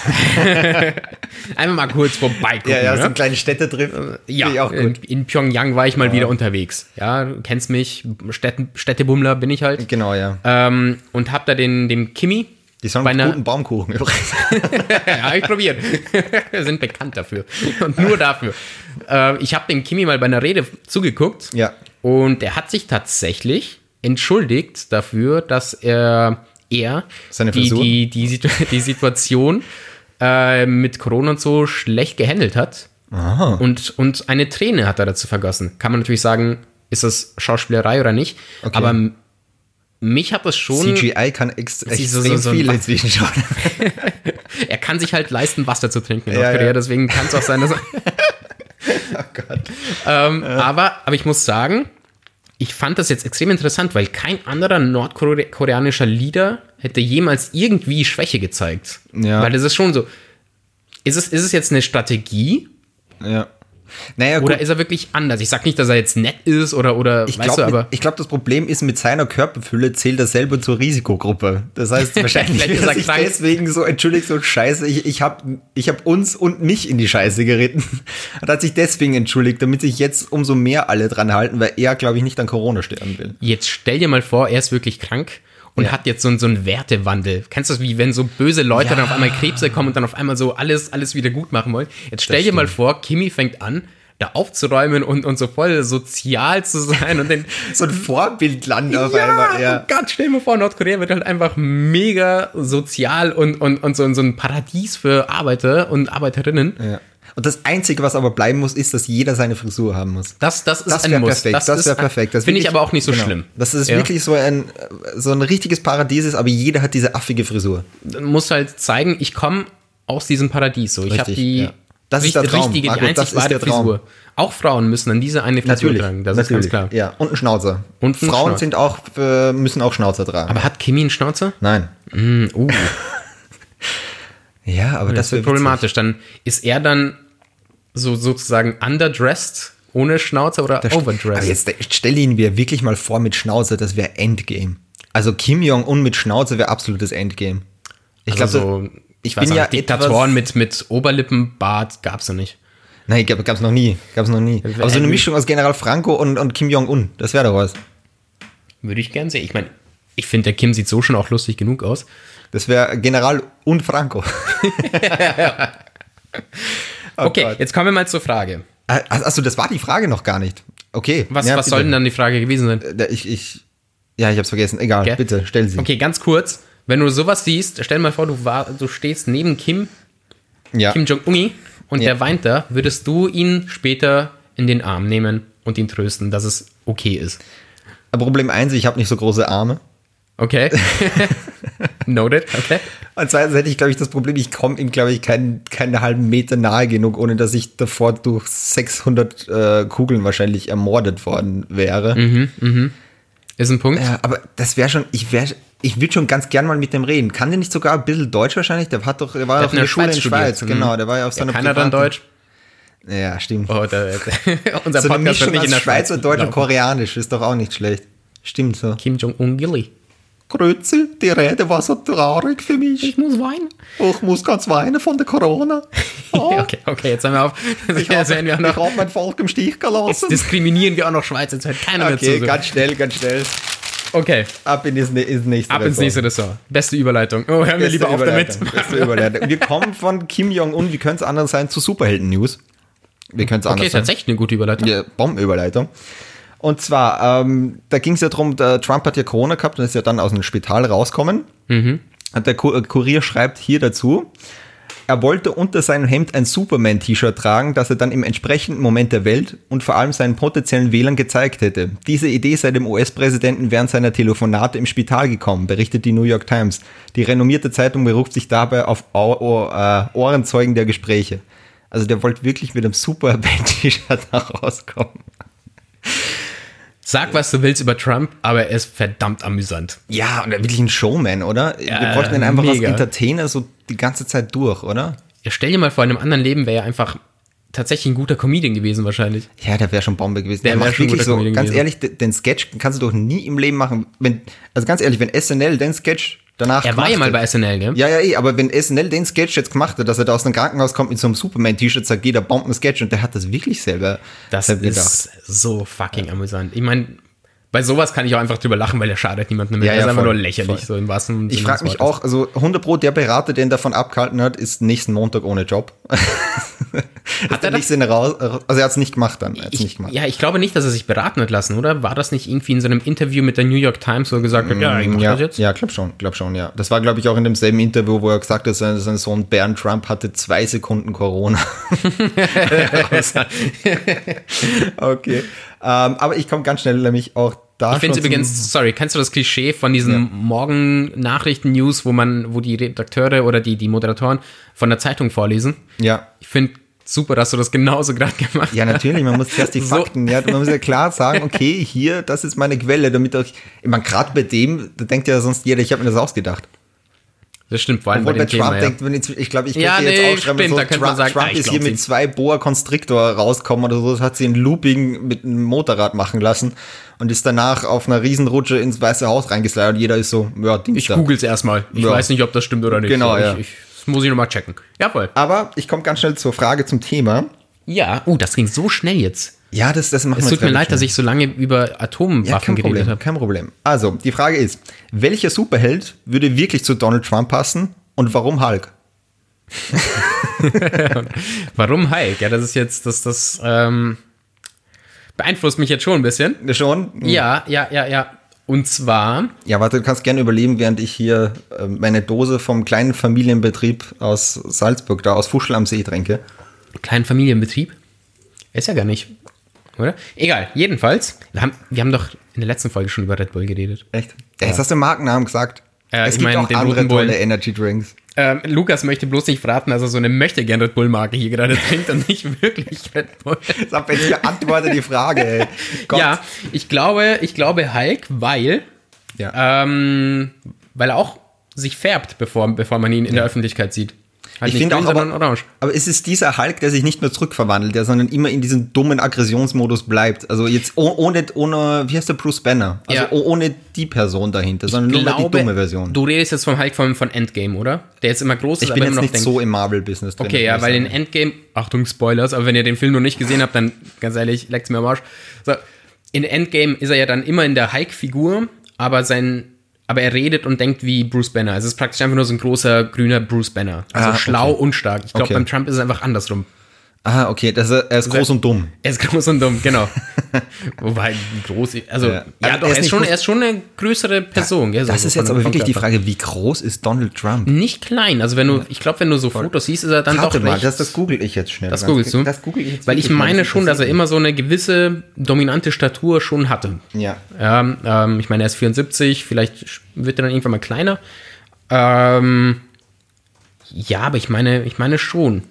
Speaker 2: Einfach mal kurz vorbeigucken.
Speaker 1: Ja, ja, so
Speaker 2: ne?
Speaker 1: einen kleinen Städtetrip. Finde ich
Speaker 2: ja äh,
Speaker 1: auch
Speaker 2: in,
Speaker 1: gut.
Speaker 2: in Pyongyang war ich mal wieder unterwegs. Ja, du kennst mich, Städten, Städtebummler bin ich halt.
Speaker 1: Genau, ja.
Speaker 2: Ähm, und hab da den, den Kimi.
Speaker 1: Die sollen
Speaker 2: bei einer-
Speaker 1: guten Baumkuchen übrigens.
Speaker 2: Ja, hab ich probiert. Wir sind bekannt dafür. Und nur dafür. Ähm, ich habe dem Kimi mal bei einer Rede zugeguckt.
Speaker 1: Ja.
Speaker 2: Und er hat sich tatsächlich entschuldigt dafür, dass er, er
Speaker 1: Seine
Speaker 2: die,
Speaker 1: Frisur?
Speaker 2: die, die, Situ- die Situation äh, mit Corona und so schlecht gehandelt hat.
Speaker 1: Ah.
Speaker 2: Und, und eine Träne hat er dazu vergossen. Kann man natürlich sagen, ist das Schauspielerei oder nicht. Aber m- mich hat das schon.
Speaker 1: CGI kann ex
Speaker 2: ist so-
Speaker 1: extrem
Speaker 2: so ein
Speaker 1: viel
Speaker 2: Ba-
Speaker 1: inzwischen schon.
Speaker 2: Er kann sich halt leisten, Wasser zu trinken in
Speaker 1: Ja,
Speaker 2: Nordkorea,
Speaker 1: ja. Oh
Speaker 2: deswegen kann es auch sein, dass. oh Ähm, aber, aber ich muss sagen, ich fand das jetzt extrem interessant, weil kein anderer nordkoreanischer Leader hätte jemals irgendwie Schwäche gezeigt.
Speaker 1: Ja.
Speaker 2: Weil das ist schon so. Ist es, ist es jetzt eine Strategie
Speaker 1: ja. Naja,
Speaker 2: oder ist er wirklich anders? Ich sag nicht, dass er jetzt nett ist oder, oder
Speaker 1: Ich glaube, glaub, das Problem ist, mit seiner Körperfülle zählt er selber zur Risikogruppe. Das heißt, wahrscheinlich
Speaker 2: Vielleicht ist
Speaker 1: wird er
Speaker 2: er
Speaker 1: sich
Speaker 2: krank.
Speaker 1: deswegen so entschuldigt, so scheiße, ich, ich habe ich hab uns und mich in die Scheiße geritten. Und hat sich deswegen entschuldigt, damit sich jetzt umso mehr alle dran halten, weil er, glaube ich, nicht an Corona sterben will.
Speaker 2: Jetzt stell dir mal vor, er ist wirklich krank und hat jetzt so, einen- so einen Wertewandel. Kennst du das, wie wenn so böse Leute dann auf einmal Krebse kommen und dann auf einmal so alles, alles wieder gut machen wollen? Jetzt stell dir mal vor, Kimi fängt an, da aufzuräumen und, und so voll sozial zu sein und den.
Speaker 1: So ein Vorbildland auf
Speaker 2: Ja,
Speaker 1: einmal. Ja.
Speaker 2: oh Gott, stell dir mal vor, Nordkorea wird halt einfach mega sozial und, und, und so, so ein Paradies für Arbeiter und Arbeiterinnen.
Speaker 1: Ja. Und das Einzige, was aber bleiben muss, ist, dass jeder seine Frisur haben muss.
Speaker 2: Das, das ist
Speaker 1: Das
Speaker 2: ein
Speaker 1: wäre
Speaker 2: Muss.
Speaker 1: perfekt. Das,
Speaker 2: ist-
Speaker 1: wäre perfekt. Das
Speaker 2: Finde ich
Speaker 1: wirklich-
Speaker 2: aber auch nicht so
Speaker 1: genau.
Speaker 2: schlimm.
Speaker 1: Das ist
Speaker 2: Ja.
Speaker 1: wirklich so ein, so ein richtiges Paradies ist, aber jeder hat diese affige Frisur.
Speaker 2: muss halt zeigen, ich komme aus diesem Paradies. So, ich habe
Speaker 1: Richtig,
Speaker 2: die
Speaker 1: ja. Das ist der Traum,
Speaker 2: Richtige, die
Speaker 1: Marco,
Speaker 2: einzig
Speaker 1: das ist
Speaker 2: wahre
Speaker 1: der Traum.
Speaker 2: Frisur. Auch Frauen müssen an diese eine Frisur tragen, das ist ganz klar.
Speaker 1: Ja, und ein Schnauzer.
Speaker 2: Und ein
Speaker 1: Frauen
Speaker 2: Schnauzer.
Speaker 1: sind auch, äh, müssen auch Schnauzer tragen.
Speaker 2: Aber hat Kimi einen Schnauzer?
Speaker 1: Nein.
Speaker 2: Hm, uh,
Speaker 1: Ja, aber das, wär
Speaker 2: das wird
Speaker 1: witzig.
Speaker 2: problematisch. Dann ist er dann so sozusagen underdressed, ohne Schnauzer oder
Speaker 1: Der Sch-
Speaker 2: overdressed.
Speaker 1: Aber jetzt stell ihn mir wirklich mal vor mit Schnauze, das wäre Endgame. Also Kim Jong-un mit Schnauze wäre absolutes Endgame. Ich glaube,
Speaker 2: also, ich weiß
Speaker 1: bin
Speaker 2: bin
Speaker 1: ja
Speaker 2: ja Diktatoren mit, mit Oberlippenbart gab's ja nicht.
Speaker 1: nein, gab, gab's noch nie, gab's noch nie. Aber so eine
Speaker 2: Ähm,
Speaker 1: Mischung aus General Franco und, und Kim Jong-un, das wäre doch was.
Speaker 2: Würde ich gern sehen. Ich meine, ich finde, der Kim sieht so schon auch lustig genug aus.
Speaker 1: Das wäre General und Franco. Oh
Speaker 2: Okay,
Speaker 1: Gott.
Speaker 2: jetzt kommen wir mal zur Frage.
Speaker 1: Ah, ach- Achso, das war die Frage noch gar nicht. Okay.
Speaker 2: Was,
Speaker 1: ja,
Speaker 2: was
Speaker 1: bitte.
Speaker 2: soll denn dann die Frage gewesen sein?
Speaker 1: Da- Ich, ich, ja, ich hab's vergessen. Egal,
Speaker 2: Gell?
Speaker 1: bitte, stell sie.
Speaker 2: Okay, ganz kurz. Wenn du sowas siehst, stell dir mal vor, du, war, du stehst neben Kim,
Speaker 1: Ja.
Speaker 2: Kim Jong-un und
Speaker 1: Ja.
Speaker 2: der weint da, würdest du ihn später in den Arm nehmen und ihn trösten, dass es okay ist.
Speaker 1: Problem eins: ich habe nicht so große Arme.
Speaker 2: Okay? Noted, okay?
Speaker 1: Und zweitens hätte ich, glaube ich, das Problem, ich komme ihm, glaube ich, keinen, keinen halben Meter nahe genug, ohne dass ich davor durch 600 äh, Kugeln wahrscheinlich ermordet worden wäre.
Speaker 2: Mhm. Ist ein Punkt.
Speaker 1: Ja, aber das wäre schon, ich wäre, ich würde schon ganz gern mal mit dem reden. Kann der nicht sogar ein bisschen Deutsch wahrscheinlich? Der hat doch, der war ja
Speaker 2: Der hat
Speaker 1: auf
Speaker 2: in
Speaker 1: einer
Speaker 2: der
Speaker 1: Schule
Speaker 2: Schweiz
Speaker 1: in
Speaker 2: studiert.
Speaker 1: Schweiz,
Speaker 2: Mhm.
Speaker 1: genau, der war ja auf
Speaker 2: Ja,
Speaker 1: seiner
Speaker 2: keiner dann
Speaker 1: privaten-
Speaker 2: Deutsch.
Speaker 1: Ja, stimmt.
Speaker 2: Oh, der, unser
Speaker 1: so eine
Speaker 2: Podcast wird
Speaker 1: Also Mischung
Speaker 2: nicht in
Speaker 1: aus
Speaker 2: der Schweiz
Speaker 1: Schweizer, Deutsch und
Speaker 2: laufen.
Speaker 1: Koreanisch ist doch auch nicht schlecht. Stimmt so.
Speaker 2: Kim Jong-un Gilly.
Speaker 1: Grüezi, die Rede war so traurig für mich.
Speaker 2: Ich muss weinen.
Speaker 1: Ich muss ganz weinen von der Corona. Ah,
Speaker 2: Okay, okay, jetzt hören wir auf. Jetzt werden wir auch noch
Speaker 1: mein Volk im Stich gelassen.
Speaker 2: diskriminieren wir auch noch Schweiz, jetzt hört keiner
Speaker 1: Okay,
Speaker 2: mehr
Speaker 1: ganz schnell, ganz schnell.
Speaker 2: zu. Okay,
Speaker 1: Ab in das, ins nächste.
Speaker 2: ab ins nächste Ressort. Beste Überleitung. Oh, hören wir
Speaker 1: Beste
Speaker 2: lieber auf damit.
Speaker 1: Überleitung, beste Überleitung. Wir kommen von Kim Jong-un, wie könnte es anders sein, zu Superhelden-News. Wie könnte es
Speaker 2: Okay,
Speaker 1: anders
Speaker 2: ist tatsächlich eine gute Überleitung.
Speaker 1: sein? Ja, Bombenüberleitung. Und zwar, ähm, da ging es ja darum, Trump hat ja Corona gehabt und ist ja dann aus dem Spital rauskommen. Und der Ku- äh, Kurier schreibt hier dazu, er wollte unter seinem Hemd ein Superman-T-Shirt tragen, das er dann im entsprechenden Moment der Welt und vor allem seinen potenziellen Wählern gezeigt hätte. Diese Idee sei dem US-Präsidenten während seiner Telefonate im Spital gekommen, berichtet die New York Times. Die renommierte Zeitung beruft sich dabei auf Ohr, Ohr, äh, Ohrenzeugen der Gespräche. Also der wollte wirklich mit einem Superman-T-Shirt da rauskommen.
Speaker 2: Sag, was du willst über Trump, aber er ist verdammt amüsant.
Speaker 1: Ja, und wirklich ein Showman, oder? Wir
Speaker 2: Ja,
Speaker 1: wollten ihn einfach als
Speaker 2: mega.
Speaker 1: Entertainer so die ganze Zeit durch, oder?
Speaker 2: Ja, stell dir mal vor, in einem anderen Leben wäre er einfach tatsächlich ein guter Comedian gewesen wahrscheinlich.
Speaker 1: Ja, der wäre schon Bombe gewesen. Der,
Speaker 2: Der wär
Speaker 1: macht
Speaker 2: schon
Speaker 1: wirklich
Speaker 2: guter
Speaker 1: so,
Speaker 2: Comedian
Speaker 1: ganz
Speaker 2: gewesen.
Speaker 1: ehrlich, de- den Sketch kannst du doch nie im Leben machen. Wenn, also ganz ehrlich, wenn SNL den Sketch danach
Speaker 2: Er war ja mal
Speaker 1: hätte-
Speaker 2: bei SNL, gell?
Speaker 1: Ja, ja, eh, aber wenn SNL den Sketch jetzt gemacht hat, dass er da aus dem Krankenhaus kommt mit so einem Superman-T-Shirt, sagt jeder Bomben-Sketch und der hat das wirklich selber,
Speaker 2: Das
Speaker 1: selber
Speaker 2: ist so fucking amüsant. Ich meine, bei sowas kann ich auch einfach drüber lachen, weil er schadet niemandem. Ja,
Speaker 1: Ja,
Speaker 2: er ist
Speaker 1: ja,
Speaker 2: einfach
Speaker 1: voll,
Speaker 2: nur lächerlich,
Speaker 1: voll.
Speaker 2: so im wahrsten
Speaker 1: Ich
Speaker 2: Sinne
Speaker 1: frage
Speaker 2: des
Speaker 1: mich
Speaker 2: Wortes.
Speaker 1: auch, also 100 Pro, der Berater, den davon abgehalten hat, ist nächsten Montag ohne Job. hat
Speaker 2: er das-
Speaker 1: nicht raus? Also er hat es nicht gemacht dann. Er hat's
Speaker 2: Ich,
Speaker 1: nicht gemacht.
Speaker 2: ja, ich glaube nicht, dass er sich beraten hat lassen, oder? War das nicht irgendwie in so einem Interview mit der New York Times, wo er gesagt hat, ja, ich mach
Speaker 1: Mm, Ja,
Speaker 2: das jetzt?
Speaker 1: ja, glaub schon, glaub schon, ja. Das war, glaube ich, auch in demselben Interview, wo er gesagt hat, sein, sein Sohn Bernd Trump hatte zwei Sekunden Corona. okay. Ähm, aber ich komme ganz schnell nämlich auch da.
Speaker 2: Ich finde es
Speaker 1: schon zum-
Speaker 2: übrigens, sorry, kennst du das Klischee von diesen Morgen-Nachrichten-News, wo man, wo die Redakteure oder die, die Moderatoren von der Zeitung vorlesen?
Speaker 1: Ja.
Speaker 2: Ich finde super, dass du das genauso gerade gemacht hast.
Speaker 1: Ja, natürlich, man muss zuerst die
Speaker 2: So.
Speaker 1: Fakten, ja, man muss ja klar sagen, okay, hier, das ist meine Quelle, damit euch, ich meine, gerade bei dem, da denkt ja sonst jeder, ich habe mir das ausgedacht.
Speaker 2: Das stimmt, vor allem
Speaker 1: Obwohl bei,
Speaker 2: bei dem
Speaker 1: Trump
Speaker 2: Thema, ja.
Speaker 1: denkt man jetzt, ich glaube, ich könnte
Speaker 2: Ja,
Speaker 1: jetzt
Speaker 2: nee,
Speaker 1: aufschreiben,
Speaker 2: stimmt,
Speaker 1: so,
Speaker 2: da könnte man
Speaker 1: Trump-
Speaker 2: sagen,
Speaker 1: Trump
Speaker 2: ah, ich
Speaker 1: ist hier
Speaker 2: glaub's ihm.
Speaker 1: mit zwei Boa Constrictor rauskommen oder so, das hat sie ein Looping mit einem Motorrad machen lassen und ist danach auf einer Riesenrutsche ins Weiße Haus reingeslidet und jeder ist so, ja,
Speaker 2: Ich
Speaker 1: Dienstag.
Speaker 2: google's erstmal. Ich
Speaker 1: Ja.
Speaker 2: weiß nicht, ob das stimmt oder nicht.
Speaker 1: Genau,
Speaker 2: ich,
Speaker 1: ja.
Speaker 2: Ich, das muss ich nochmal checken. Jawohl.
Speaker 1: Aber ich komme ganz schnell zur Frage zum Thema.
Speaker 2: Ja, oh, das ging so schnell jetzt.
Speaker 1: Ja, das, das machen
Speaker 2: Es
Speaker 1: wir
Speaker 2: tut mir leid,
Speaker 1: dass
Speaker 2: dass ich so lange über
Speaker 1: Ja,
Speaker 2: Atomwaffen
Speaker 1: kein
Speaker 2: geredet
Speaker 1: Problem,
Speaker 2: habe.
Speaker 1: kein Problem. Also, die Frage ist, welcher Superheld würde wirklich zu Donald Trump passen und warum Hulk?
Speaker 2: Warum Hulk? Ja, das ist jetzt, das, das ähm, beeinflusst mich jetzt schon ein bisschen.
Speaker 1: Schon?
Speaker 2: Ja, ja, ja, ja. Und zwar,
Speaker 1: Ja, warte, du kannst gerne überleben, während ich hier äh, meine Dose vom kleinen Familienbetrieb aus Salzburg, da aus Fuschel am See trinke.
Speaker 2: kleinen Familienbetrieb. Ist ja gar nicht, oder? Egal, jedenfalls. Wir haben, wir haben doch in der letzten Folge schon über Red Bull geredet.
Speaker 1: Echt? Ja, jetzt hast du den Markennamen gesagt.
Speaker 2: Ja,
Speaker 1: es
Speaker 2: ich
Speaker 1: gibt
Speaker 2: meine,
Speaker 1: auch
Speaker 2: den
Speaker 1: andere
Speaker 2: Roten Bullen.
Speaker 1: tolle Energy Drinks.
Speaker 2: Ähm, Lukas möchte bloß nicht verraten, dass er so eine möchte gern Red Bull Marke hier gerade trinkt und nicht wirklich Red Bull.
Speaker 1: Ich hab jetzt beantwortet die Frage. ey. Gott.
Speaker 2: Ja, ich glaube, ich glaube Hulk, weil
Speaker 1: ja.
Speaker 2: ähm, weil er auch sich färbt, bevor, bevor man ihn in der Öffentlichkeit sieht. Halt
Speaker 1: Ich finde auch,
Speaker 2: sondern
Speaker 1: aber,
Speaker 2: orange.
Speaker 1: aber es ist dieser Hulk, der sich nicht mehr zurückverwandelt, der sondern immer in diesem dummen Aggressionsmodus bleibt. Also jetzt oh- ohne, ohne wie heißt der Bruce Banner? Also
Speaker 2: Ja.
Speaker 1: oh- ohne die Person dahinter, sondern nur mal die dumme Version.
Speaker 2: Du redest jetzt vom Hulk von, von Endgame, oder? Der jetzt immer groß ist,
Speaker 1: ich bin
Speaker 2: immer
Speaker 1: jetzt nicht
Speaker 2: denkt-
Speaker 1: so im Marvel-Business drin.
Speaker 2: Okay,
Speaker 1: muss
Speaker 2: ja,
Speaker 1: ich
Speaker 2: weil in
Speaker 1: sagen.
Speaker 2: Endgame, Achtung, Spoilers, aber wenn ihr den Film noch nicht gesehen habt, dann ganz ehrlich, leckt's mir am Arsch. So, in Endgame ist er ja dann immer in der Hulk-Figur, aber sein, aber er redet und denkt wie Bruce Banner. Also es ist praktisch einfach nur so ein großer grüner Bruce Banner. Also
Speaker 1: Ah,
Speaker 2: schlau und stark. Ich glaube,
Speaker 1: Okay.
Speaker 2: beim Trump ist es einfach andersrum.
Speaker 1: Ah, okay, das ist, er ist groß und dumm.
Speaker 2: Er ist groß und dumm, genau. Wobei, groß, also, ja,
Speaker 1: Ja. Aber
Speaker 2: doch,
Speaker 1: er
Speaker 2: er
Speaker 1: ist
Speaker 2: ist,
Speaker 1: nicht
Speaker 2: schon,
Speaker 1: groß-
Speaker 2: er ist schon eine größere Person. gell, so-
Speaker 1: Das
Speaker 2: so
Speaker 1: ist
Speaker 2: von-
Speaker 1: jetzt aber
Speaker 2: vom
Speaker 1: wirklich die
Speaker 2: Körper.
Speaker 1: Frage, wie groß ist Donald Trump?
Speaker 2: Nicht klein, also wenn du, ich glaube, wenn du so Fotos siehst, ist er dann
Speaker 1: Warte
Speaker 2: doch
Speaker 1: mal,
Speaker 2: recht
Speaker 1: das, das google ich jetzt schnell.
Speaker 2: Das googelst du?
Speaker 1: Das google ich jetzt
Speaker 2: Weil ich
Speaker 1: wirklich mal,
Speaker 2: meine
Speaker 1: das
Speaker 2: schon, dass er
Speaker 1: interessiert
Speaker 2: immer so eine gewisse dominante Statur schon hatte.
Speaker 1: mich. Ja.
Speaker 2: Ähm, ähm, ich meine, er ist 74, vielleicht sch- wird er dann irgendwann mal kleiner. Ähm, ja, aber ich meine, ich meine schon.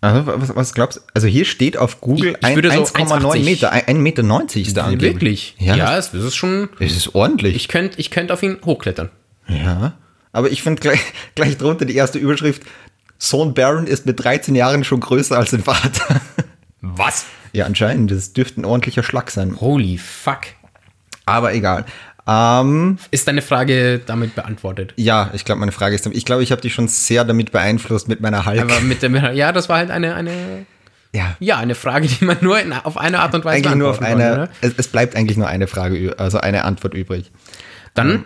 Speaker 1: Also, was, was glaubst du? Also hier steht auf Google
Speaker 2: Ich- ich würde so
Speaker 1: 1,9
Speaker 2: 1,80.
Speaker 1: Meter. 1,90 Meter 90 ist da angeblich.
Speaker 2: Wirklich?
Speaker 1: Ja,
Speaker 2: Ja,
Speaker 1: das-
Speaker 2: es es ist schon.
Speaker 1: Das ist ordentlich.
Speaker 2: Ich könnte ich könnt auf ihn hochklettern.
Speaker 1: Ja, aber ich finde gleich, gleich drunter die erste Überschrift: Sohn Baron ist mit 13 Jahren schon größer als sein Vater.
Speaker 2: Was?
Speaker 1: ja, anscheinend, das dürfte ein ordentlicher Schlag sein.
Speaker 2: Holy fuck.
Speaker 1: Aber egal. Ähm,
Speaker 2: Ist deine Frage damit beantwortet?
Speaker 1: ja, ich glaube, meine Frage ist, ich glaube, ich habe dich schon sehr damit beeinflusst mit meiner Hulk.
Speaker 2: Aber mit dem, ja, das war halt eine, eine,
Speaker 1: ja,
Speaker 2: ja, eine Frage, die man nur in, auf eine Art und Weise
Speaker 1: eigentlich nur auf
Speaker 2: beantworten
Speaker 1: eine,
Speaker 2: konnte,
Speaker 1: es, es bleibt eigentlich nur eine Frage, ü- also eine Antwort übrig.
Speaker 2: ne? Dann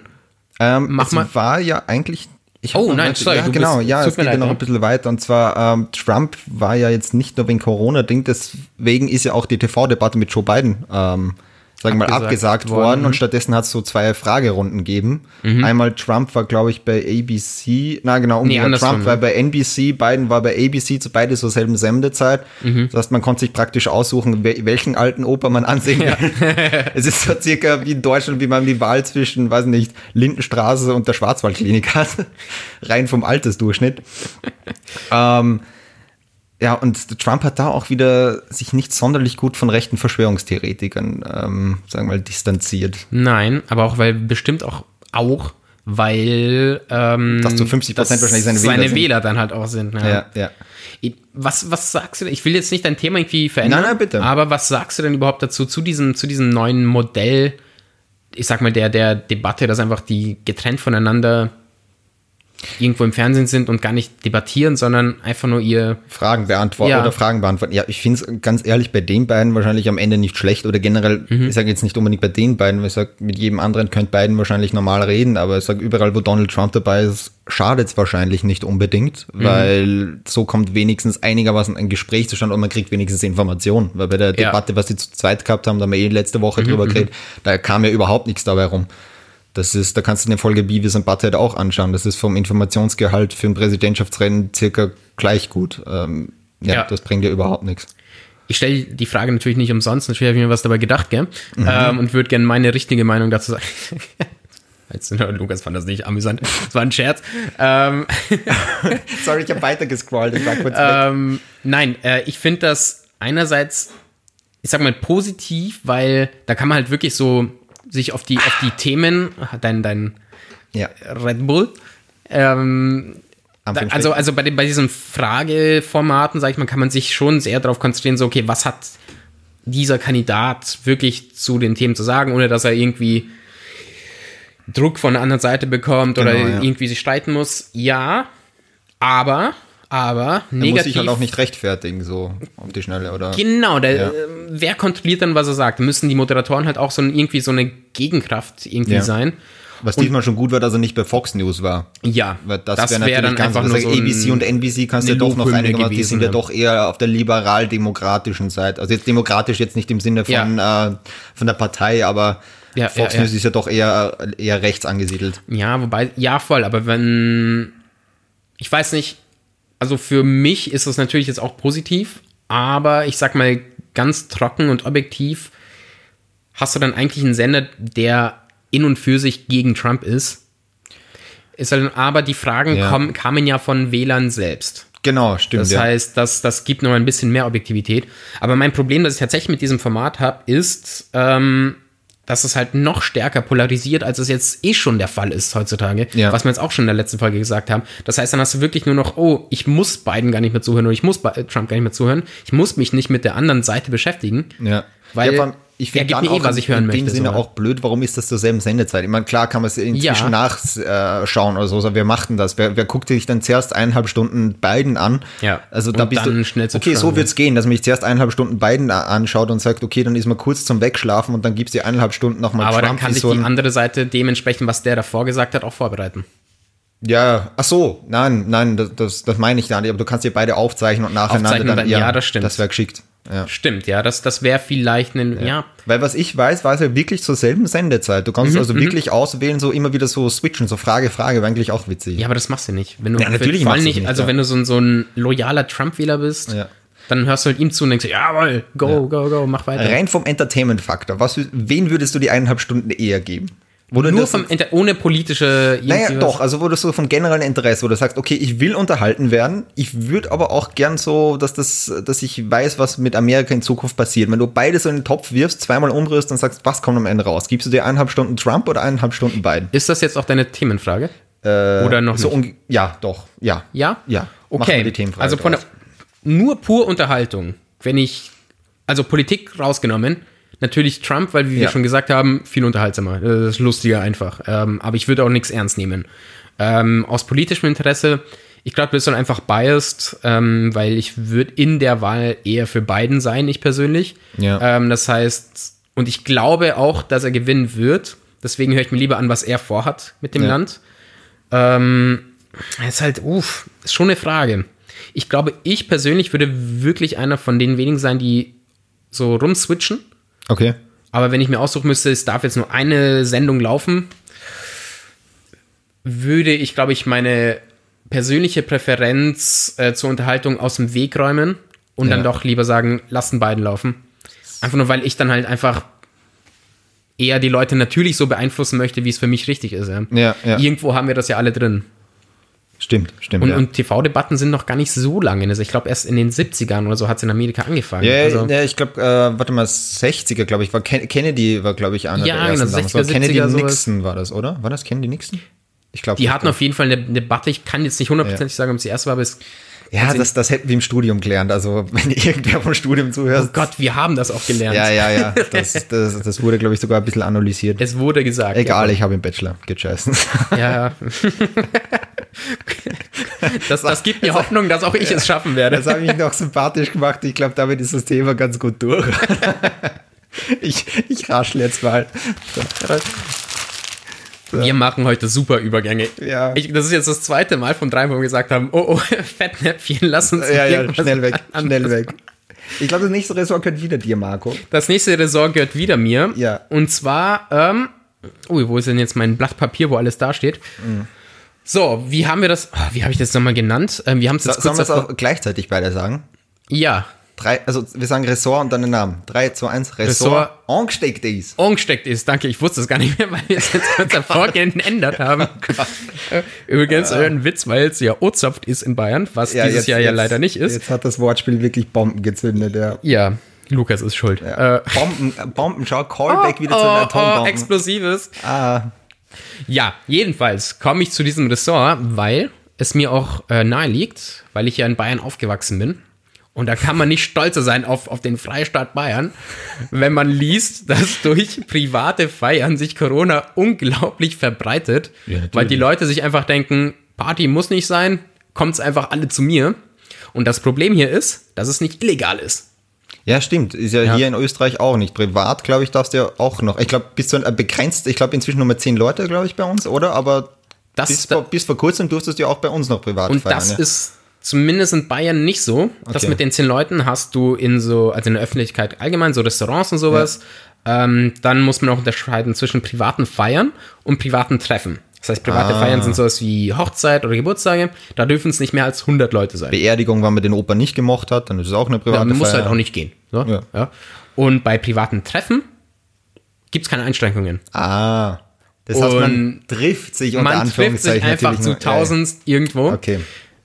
Speaker 1: Ähm,
Speaker 2: Mach
Speaker 1: es
Speaker 2: mal-
Speaker 1: war ja eigentlich. Ich hab
Speaker 2: Oh,
Speaker 1: noch
Speaker 2: nein,
Speaker 1: weiter-
Speaker 2: sorry,
Speaker 1: Ja,
Speaker 2: du
Speaker 1: genau,
Speaker 2: bist-
Speaker 1: ja,
Speaker 2: tut
Speaker 1: es geht
Speaker 2: mir
Speaker 1: ja
Speaker 2: leid,
Speaker 1: noch
Speaker 2: ja.
Speaker 1: ein bisschen weiter. Und zwar, ähm, Trump war ja jetzt nicht nur wegen Corona-Ding, deswegen ist ja auch die TV-Debatte mit Joe Biden, ähm, sagen wir mal,
Speaker 2: Abgesagt
Speaker 1: abgesagt worden.
Speaker 2: worden.
Speaker 1: Und stattdessen hat es so zwei Fragerunden gegeben. Einmal Trump war, glaube ich, bei ABC. Na genau,
Speaker 2: Mhm. Nee,
Speaker 1: umgekehrt.
Speaker 2: andersrum, ne?
Speaker 1: Trump war bei NBC, Biden war bei ABC, zu beide zur selben Sendezeit.
Speaker 2: Mhm.
Speaker 1: Das heißt, man konnte sich praktisch aussuchen, wel- welchen alten Opa man ansehen will. Es ist so circa wie in Deutschland, wie man die Wahl zwischen, weiß nicht, Lindenstraße und der Schwarzwaldklinik hat. Rein vom Altersdurchschnitt. ähm, ja, und Trump hat da auch wieder sich nicht sonderlich gut von rechten Verschwörungstheoretikern, ähm, sagen wir mal, distanziert.
Speaker 2: Nein, aber auch weil bestimmt auch auch weil ähm,
Speaker 1: Dass zu 50%
Speaker 2: dass
Speaker 1: wahrscheinlich seine Wähler
Speaker 2: seine
Speaker 1: sind.
Speaker 2: Wähler dann halt auch sind. Ja.
Speaker 1: Ja, ja.
Speaker 2: Ich- Was was sagst du? Ich will jetzt nicht dein Thema irgendwie verändern.
Speaker 1: Nein, nein, bitte.
Speaker 2: Aber was sagst du denn überhaupt dazu zu diesem zu diesem neuen Modell? Ich sag mal der der Debatte, dass einfach die getrennt voneinander irgendwo im Fernsehen sind und gar nicht debattieren, sondern einfach nur ihr
Speaker 1: Fragen beantworten
Speaker 2: Ja.
Speaker 1: oder Fragen beantworten. Ja, ich finde es ganz ehrlich bei den beiden wahrscheinlich am Ende nicht schlecht oder generell,
Speaker 2: Mhm.
Speaker 1: ich sage jetzt nicht unbedingt bei den beiden, weil ich sage, mit jedem anderen könnte beiden wahrscheinlich normal reden, aber ich sage, überall, wo Donald Trump dabei ist, schadet es wahrscheinlich nicht unbedingt,
Speaker 2: Mhm.
Speaker 1: weil so kommt wenigstens einigermaßen ein Gespräch zustande und man kriegt wenigstens Informationen, weil bei der
Speaker 2: Ja. Mhm,
Speaker 1: Debatte, was sie zu zweit gehabt haben, da haben wir eh letzte Woche drüber geredet, da kam ja überhaupt nichts dabei rum. Das ist, da kannst du eine Folge Beavis und Butthead auch anschauen. Das ist vom Informationsgehalt für ein Präsidentschaftsrennen circa gleich gut. Ähm, ja,
Speaker 2: Ja.
Speaker 1: das bringt dir überhaupt nichts.
Speaker 2: Ich stelle die Frage natürlich nicht umsonst, natürlich habe ich mir was dabei gedacht, gell? Ähm, und würde gerne meine richtige Meinung dazu sagen. Jetzt, ne, Lukas fand das nicht amüsant. Das war ein Scherz. Ähm,
Speaker 1: Sorry, ich habe weitergescrollt. Ich war kurz
Speaker 2: ähm, nein, äh, ich finde das einerseits, ich sag mal, positiv, weil da kann man halt wirklich so sich auf die, auf die Themen, dein, dein
Speaker 1: Ja,
Speaker 2: Red Bull, ähm,
Speaker 1: am
Speaker 2: da,
Speaker 1: Film
Speaker 2: also,
Speaker 1: schlecht.
Speaker 2: also bei, den, bei diesen Frageformaten, sag ich mal, kann man sich schon sehr darauf konzentrieren, so, okay, was hat dieser Kandidat wirklich zu den Themen zu sagen, ohne dass er irgendwie Druck von der anderen Seite bekommt oder
Speaker 1: Genau, ja.
Speaker 2: irgendwie sich streiten muss. Ja, aber, aber,
Speaker 1: Man muss
Speaker 2: negativ.
Speaker 1: sich halt auch nicht rechtfertigen, so auf die Schnelle, oder?
Speaker 2: Genau, der,
Speaker 1: Ja.
Speaker 2: ähm, wer kontrolliert dann, was er sagt? Müssen die Moderatoren halt auch so ein, irgendwie so eine Gegenkraft irgendwie
Speaker 1: Ja.
Speaker 2: sein?
Speaker 1: Was diesmal schon gut war, dass er nicht bei Fox News war.
Speaker 2: Ja,
Speaker 1: Weil das, wäre natürlich
Speaker 2: dann
Speaker 1: ganz anders. Also
Speaker 2: ein-
Speaker 1: ABC und NBC kannst du
Speaker 2: eine
Speaker 1: ja doch noch
Speaker 2: Lobhymne
Speaker 1: einigermaßen, die
Speaker 2: gewesen,
Speaker 1: sind ja
Speaker 2: ja.
Speaker 1: doch eher auf der liberal-demokratischen Seite. Also jetzt demokratisch jetzt nicht im Sinne von, äh, von der Partei, aber
Speaker 2: Ja,
Speaker 1: Fox
Speaker 2: ja, ja.
Speaker 1: News ist ja doch eher, eher rechts angesiedelt.
Speaker 2: Ja, wobei, ja, voll, aber wenn. Ich weiß nicht, also für mich ist das natürlich jetzt auch positiv, aber ich sag mal ganz trocken und objektiv, hast du dann eigentlich einen Sender, der in und für sich gegen Trump ist? Ist halt, aber die Fragen
Speaker 1: Ja.
Speaker 2: kommen, kamen ja von WLAN selbst.
Speaker 1: Genau, stimmt.
Speaker 2: Das
Speaker 1: ja.
Speaker 2: heißt, das, das gibt noch ein bisschen mehr Objektivität. Aber mein Problem, das ich tatsächlich mit diesem Format habe, ist, ähm, dass es halt noch stärker polarisiert, als es jetzt eh schon der Fall ist heutzutage.
Speaker 1: Ja.
Speaker 2: Was wir jetzt auch schon in der letzten Folge gesagt haben. Das heißt, dann hast du wirklich nur noch, oh, ich muss Biden gar nicht mehr zuhören oder ich muss Bi- äh, Trump gar nicht mehr zuhören. Ich muss mich nicht mit der anderen Seite beschäftigen.
Speaker 1: Ja.
Speaker 2: Weil
Speaker 1: ja, vor allem, ich
Speaker 2: er
Speaker 1: finde
Speaker 2: gibt
Speaker 1: dann
Speaker 2: mir eh,
Speaker 1: auch also
Speaker 2: was ich hören
Speaker 1: in dem
Speaker 2: möchte,
Speaker 1: Sinne
Speaker 2: so,
Speaker 1: auch blöd, warum ist das zur selben Sendezeit? Ich meine, klar kann man es
Speaker 2: Ja.
Speaker 1: inzwischen nachschauen oder so, aber wir machten das. Wer, wer guckt sich dann zuerst eineinhalb Stunden beiden an?
Speaker 2: Ja.
Speaker 1: Also
Speaker 2: Und
Speaker 1: da bist
Speaker 2: dann
Speaker 1: du,
Speaker 2: schnell zu
Speaker 1: okay,
Speaker 2: Trump,
Speaker 1: so wird's gehen, dass man sich zuerst eineinhalb Stunden beiden a- anschaut und sagt, okay, dann ist man kurz zum Wegschlafen und dann gibt's die eineinhalb Stunden nochmal
Speaker 2: Aber dann kann
Speaker 1: wie
Speaker 2: sich
Speaker 1: so
Speaker 2: die
Speaker 1: ein-
Speaker 2: andere Seite dementsprechend, was der davor gesagt hat, auch vorbereiten.
Speaker 1: Ja, ach so, nein, nein, das, das, das meine ich gar nicht, aber du kannst dir beide aufzeichnen und nacheinander
Speaker 2: Aufzeichnen
Speaker 1: dann,
Speaker 2: dann- ja, das stimmt.
Speaker 1: Das wäre geschickt. Ja.
Speaker 2: Stimmt, ja, das, das wäre vielleicht ein, ja. Mhm,
Speaker 1: Weil was ich weiß, war es ja wirklich zur selben Sendezeit. Du kannst also wirklich auswählen, so immer wieder so switchen, so Frage, Frage, war eigentlich auch witzig.
Speaker 2: Ja, aber das machst du nicht. Wenn du
Speaker 1: Ja, natürlich
Speaker 2: vor
Speaker 1: machst
Speaker 2: allem
Speaker 1: du
Speaker 2: nicht,
Speaker 1: es nicht,
Speaker 2: also
Speaker 1: ja.
Speaker 2: wenn du so ein, so ein loyaler Trump-Wähler bist,
Speaker 1: Ja.
Speaker 2: dann hörst du halt ihm zu und denkst, jawohl, go, go, go, mach weiter.
Speaker 1: Rein vom Entertainment-Faktor, was, wen würdest du die eineinhalb Stunden eher geben? Wo du
Speaker 2: Nur
Speaker 1: das-
Speaker 2: vom Inter ohne politische
Speaker 1: Naja,
Speaker 2: irgendwie was-
Speaker 1: doch, also wo du so vom generellen Interesse, wo du sagst, okay, ich will unterhalten werden, ich würde aber auch gern so, dass das, dass ich weiß, was mit Amerika in Zukunft passiert. Wenn du beides in den Topf wirfst, zweimal umrührst und sagst, was kommt am Ende raus? Gibst du dir eineinhalb Stunden Trump oder eineinhalb Stunden Biden?
Speaker 2: Ist das jetzt auch deine Themenfrage? Oder noch
Speaker 1: Äh, So
Speaker 2: nicht?
Speaker 1: unge- ja, doch, ja.
Speaker 2: Ja?
Speaker 1: Ja. Machen
Speaker 2: Okay.
Speaker 1: wir die Themenfrage
Speaker 2: also von der,
Speaker 1: draus.
Speaker 2: nur pur Unterhaltung, wenn ich, also Politik rausgenommen, natürlich Trump, weil wie wir
Speaker 1: Ja.
Speaker 2: schon gesagt haben, viel unterhaltsamer, das ist lustiger einfach. Ähm, aber ich würde auch nichts ernst nehmen. Ähm, aus politischem Interesse, ich glaube, wir sind einfach biased, ähm, weil ich würde in der Wahl eher für Biden sein, ich persönlich.
Speaker 1: Ja.
Speaker 2: Ähm, das heißt, und ich glaube auch, dass er gewinnen wird. Deswegen höre ich mir lieber an, was er vorhat mit dem
Speaker 1: Ja.
Speaker 2: Land. Ähm, ist halt, uff, ist schon eine Frage. Ich glaube, ich persönlich würde wirklich einer von den wenigen sein, die so rumswitchen.
Speaker 1: Okay.
Speaker 2: Aber wenn ich mir aussuchen müsste, es darf jetzt nur eine Sendung laufen, würde ich, glaube ich, meine persönliche Präferenz äh, zur Unterhaltung aus dem Weg räumen und dann
Speaker 1: Ja.
Speaker 2: doch lieber sagen, lassen beiden laufen. Einfach nur, weil ich dann halt einfach eher die Leute natürlich so beeinflussen möchte, wie es für mich richtig ist. Ja.
Speaker 1: Ja, ja.
Speaker 2: Irgendwo haben wir das ja alle drin.
Speaker 1: Stimmt, stimmt.
Speaker 2: Und,
Speaker 1: ja.
Speaker 2: und TV-Debatten sind noch gar nicht so lange. Also ich glaube, erst in den 70ern oder so hat es in Amerika angefangen.
Speaker 1: Ja,
Speaker 2: also,
Speaker 1: ja ich glaube, äh, warte mal, 60er, glaube ich, war Ken Kennedy war, glaube ich, einer
Speaker 2: Ja,
Speaker 1: der ersten
Speaker 2: genau,
Speaker 1: damals.
Speaker 2: 60er,
Speaker 1: Oder Kennedy
Speaker 2: 70er sowas.
Speaker 1: Nixon war das, oder? War das Kennedy Nixon? Ich glaube.
Speaker 2: Die hatten auf jeden Fall eine Debatte. Ich kann jetzt nicht hundertprozentig sagen, ob es die erste war, aber es,
Speaker 1: Ja,
Speaker 2: also
Speaker 1: das, das hätten wir im Studium gelernt. Also, wenn irgendwer vom Studium zuhört.
Speaker 2: Oh Gott, wir haben das auch gelernt.
Speaker 1: Ja, ja, ja. Das, das, das wurde, glaube ich, sogar ein bisschen analysiert.
Speaker 2: Es wurde gesagt.
Speaker 1: Egal, ich habe im Bachelor gescheißen.
Speaker 2: Ja, ja. das, das gibt mir Hoffnung, dass auch ich es schaffen werde.
Speaker 1: Das habe ich noch sympathisch gemacht. Ich glaube, damit ist das Thema ganz gut durch. Ich, ich raschle jetzt mal.
Speaker 2: Wir machen heute super Übergänge.
Speaker 1: Ja.
Speaker 2: Ich, das ist jetzt das zweite Mal von drei, wo wir gesagt haben, oh, oh, Fettnäpfchen, lass uns
Speaker 1: Ja, ja,
Speaker 2: irgendwas
Speaker 1: schnell weg,
Speaker 2: anderes
Speaker 1: schnell weg. Ich glaube, das nächste Ressort gehört wieder dir, Marco.
Speaker 2: Das nächste Ressort gehört wieder mir.
Speaker 1: Ja.
Speaker 2: Und zwar, ähm, ui, wo ist denn jetzt mein Blatt Papier, wo alles dasteht?
Speaker 1: Mhm.
Speaker 2: So, wie haben wir das, oh, wie habe ich das nochmal genannt? Ähm, wir haben es jetzt
Speaker 1: Sollen wir
Speaker 2: kurz
Speaker 1: es auch gleichzeitig beide sagen?
Speaker 2: Ja,
Speaker 1: Drei, also wir sagen Ressort und dann den Namen. 3, 2, 1, Ressort.
Speaker 2: Ressort.
Speaker 1: Angesteckt ist.
Speaker 2: angesteckt ist. Danke, ich wusste es gar nicht mehr, weil wir es jetzt kurz davor geändert haben.
Speaker 1: Oh
Speaker 2: Äh, Übrigens, äh, ein Witz, weil es ja Ozapft ist in Bayern, was dieses Jahr ja leider nicht ist.
Speaker 1: Ah. Jetzt hat das Wortspiel wirklich Bomben gezündet, ja.
Speaker 2: Ja, Lukas ist schuld.
Speaker 1: ja.
Speaker 2: Äh,
Speaker 1: Bomben, äh, Bomben, schau, Callback wieder zu den
Speaker 2: oh, oh,
Speaker 1: Atombomben.
Speaker 2: Explosives.
Speaker 1: ah,
Speaker 2: Ja, jedenfalls komme ich zu diesem Ressort, weil es mir auch äh, nahe liegt, weil ich ja in Bayern aufgewachsen bin. Und da kann man nicht stolzer sein auf, auf den Freistaat Bayern, wenn man liest, dass durch private Feiern sich Corona unglaublich verbreitet,
Speaker 1: natürlich.
Speaker 2: weil die Leute sich einfach denken, Party muss nicht sein, kommt's einfach alle zu mir. Und das Problem hier ist, dass es nicht illegal ist.
Speaker 1: ja, stimmt. Ist ja, hier in Österreich auch nicht. Privat, glaube ich, darfst du ja auch noch. Ich glaube, bis zu äh, begrenzt, ich glaube inzwischen nur mehr 10 Leute, glaube ich, bei uns, oder? Aber
Speaker 2: Das,
Speaker 1: bis, vor, bis vor kurzem durftest du ja auch bei uns noch privat
Speaker 2: Und
Speaker 1: feiern.
Speaker 2: das
Speaker 1: ja.
Speaker 2: ist zumindest in Bayern nicht so. Das
Speaker 1: Okay.
Speaker 2: mit den zehn Leuten hast du in so, also in der Öffentlichkeit allgemein, so Restaurants und sowas. Ähm, dann muss man auch unterscheiden zwischen privaten Feiern und privaten Treffen. Das heißt, private
Speaker 1: Ah.
Speaker 2: Feiern sind sowas wie Hochzeit oder Geburtstage. Da dürfen es nicht mehr als 100 Leute sein.
Speaker 1: Beerdigung, wenn man den Opa nicht gemocht hat, dann ist es auch eine
Speaker 2: Da
Speaker 1: private
Speaker 2: muss
Speaker 1: Feier.
Speaker 2: halt auch nicht gehen. So, ja.
Speaker 1: Ja.
Speaker 2: Und bei privaten Treffen gibt es keine Einschränkungen.
Speaker 1: Ah. Das heißt, man
Speaker 2: Und
Speaker 1: trifft sich unter
Speaker 2: Man trifft sich
Speaker 1: Anführungszeichen
Speaker 2: einfach
Speaker 1: natürlich
Speaker 2: zu
Speaker 1: nur. Ja, ja.
Speaker 2: tausend irgendwo.
Speaker 1: Okay.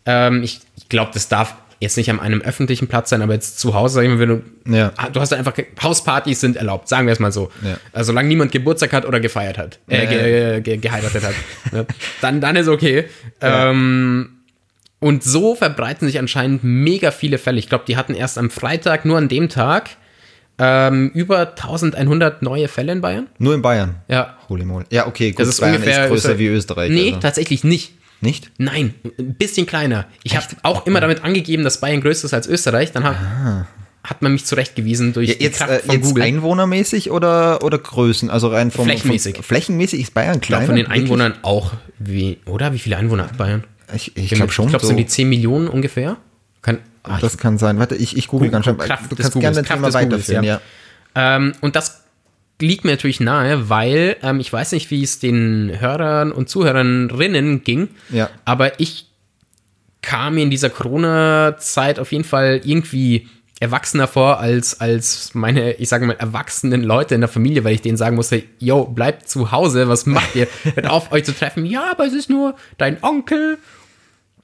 Speaker 2: Ähm, ich ich glaube, das darf jetzt nicht an einem öffentlichen Platz sein, aber jetzt zu Hause, sag ich mal, wenn du.
Speaker 1: Ja.
Speaker 2: Ah, Du hast einfach. ge- Hauspartys sind erlaubt, sagen wir es mal so.
Speaker 1: Ja.
Speaker 2: Also, solange niemand Geburtstag hat oder gefeiert hat, äh,
Speaker 1: Ja,
Speaker 2: ge, ge, geheiratet hat, ne? dann, dann ist okay. Ähm, und so verbreiten sich anscheinend mega viele Fälle. Ich glaube, die hatten erst am Freitag, nur an dem Tag, ähm, über 1100 neue Fälle in Bayern.
Speaker 1: Nur in Bayern.
Speaker 2: Ja.
Speaker 1: Holy moly. Ja, okay, gut.
Speaker 2: Das ist
Speaker 1: Bayern
Speaker 2: ungefähr
Speaker 1: ist größer wie Österreich.
Speaker 2: Nee,
Speaker 1: also.
Speaker 2: tatsächlich nicht.
Speaker 1: Nicht?
Speaker 2: Nein, ein bisschen kleiner. Ich habe auch immer damit angegeben, dass Bayern größer ist als Österreich. Dann hab, hat man mich zurechtgewiesen durch die
Speaker 1: Ah. Jetzt,
Speaker 2: Kraft
Speaker 1: äh,
Speaker 2: von
Speaker 1: jetzt
Speaker 2: Google.
Speaker 1: einwohnermäßig oder, oder Größen? Also rein vom,
Speaker 2: Flächenmäßig.
Speaker 1: Vom, flächenmäßig ist Bayern
Speaker 2: ich
Speaker 1: kleiner?
Speaker 2: glaube, von den
Speaker 1: Wirklich?
Speaker 2: Einwohnern auch. Wie, oder? Wie viele Einwohner hat Bayern?
Speaker 1: Ich, ich glaube schon.
Speaker 2: Ich glaube, es
Speaker 1: so.
Speaker 2: sind die 10 Millionen ungefähr. Kann, ah, ich
Speaker 1: das kann sein. Warte, ich, ich google ganz schnell.
Speaker 2: Kraft
Speaker 1: Du
Speaker 2: des
Speaker 1: kannst gerne
Speaker 2: Googles,
Speaker 1: den
Speaker 2: Kraft
Speaker 1: Thema
Speaker 2: des Googles,
Speaker 1: weiterführen,
Speaker 2: ja.
Speaker 1: ja.
Speaker 2: Ähm, und das liegt mir natürlich nahe, weil ähm, ich weiß nicht, wie es den Hörern und Zuhörerinnen ging,
Speaker 1: Ja.
Speaker 2: aber ich kam mir in dieser Corona-Zeit auf jeden Fall irgendwie erwachsener vor als, als meine, ich sage mal, erwachsenen Leute in der Familie, weil ich denen sagen musste, yo, bleibt zu Hause, was macht ihr? Hört auf, euch zu treffen. Ja, aber es ist nur dein Onkel.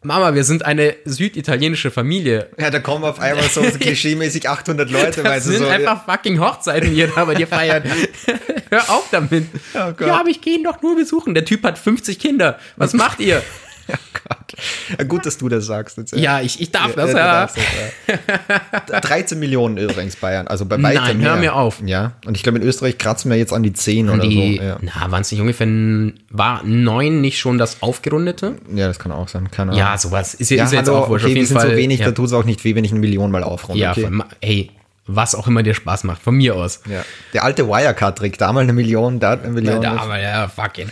Speaker 2: Mama, wir sind eine süditalienische Familie.
Speaker 1: Ja, da kommen auf einmal so klischeemäßig 800 Leute,
Speaker 2: Das sind einfach fucking Hochzeiten, die ihr da bei dir feiert. Hör auf damit.
Speaker 1: Oh Gott.
Speaker 2: ja, aber ich gehe ihn doch nur besuchen. Der Typ hat 50 Kinder. Was macht ihr?
Speaker 1: Ja, Gott. Ja, Gut, dass du das sagst. Jetzt,
Speaker 2: Oh Ja, ich, ich darf
Speaker 1: Ja,
Speaker 2: das,
Speaker 1: du
Speaker 2: ja.
Speaker 1: darfst das, ja. 13 Millionen übrigens Bayern, also bei weitem
Speaker 2: Nein, hör mir auf.
Speaker 1: Ja, und ich glaube, in Österreich kratzen wir jetzt an die 10 oder
Speaker 2: Die,
Speaker 1: so. Also, Ja.
Speaker 2: na, waren es nicht ungefähr, n- war neun nicht schon das Aufgerundete?
Speaker 1: ja, das kann auch sein, keine Ahnung.
Speaker 2: Ja, sowas. Ist, ja,
Speaker 1: ja
Speaker 2: ist jetzt
Speaker 1: hallo,
Speaker 2: auch wurscht.
Speaker 1: okay,
Speaker 2: auf jeden
Speaker 1: wir sind
Speaker 2: Fall.
Speaker 1: so wenig,
Speaker 2: ja,
Speaker 1: da tut es auch nicht weh, wenn ich eine Million mal aufrunde.
Speaker 2: ja
Speaker 1: okay.
Speaker 2: von, ey, was auch immer dir Spaß macht, von mir aus.
Speaker 1: ja. Der alte Wirecard-Trick, da mal eine Million, da eine Million.
Speaker 2: Ne, Da, aber ja, fucking.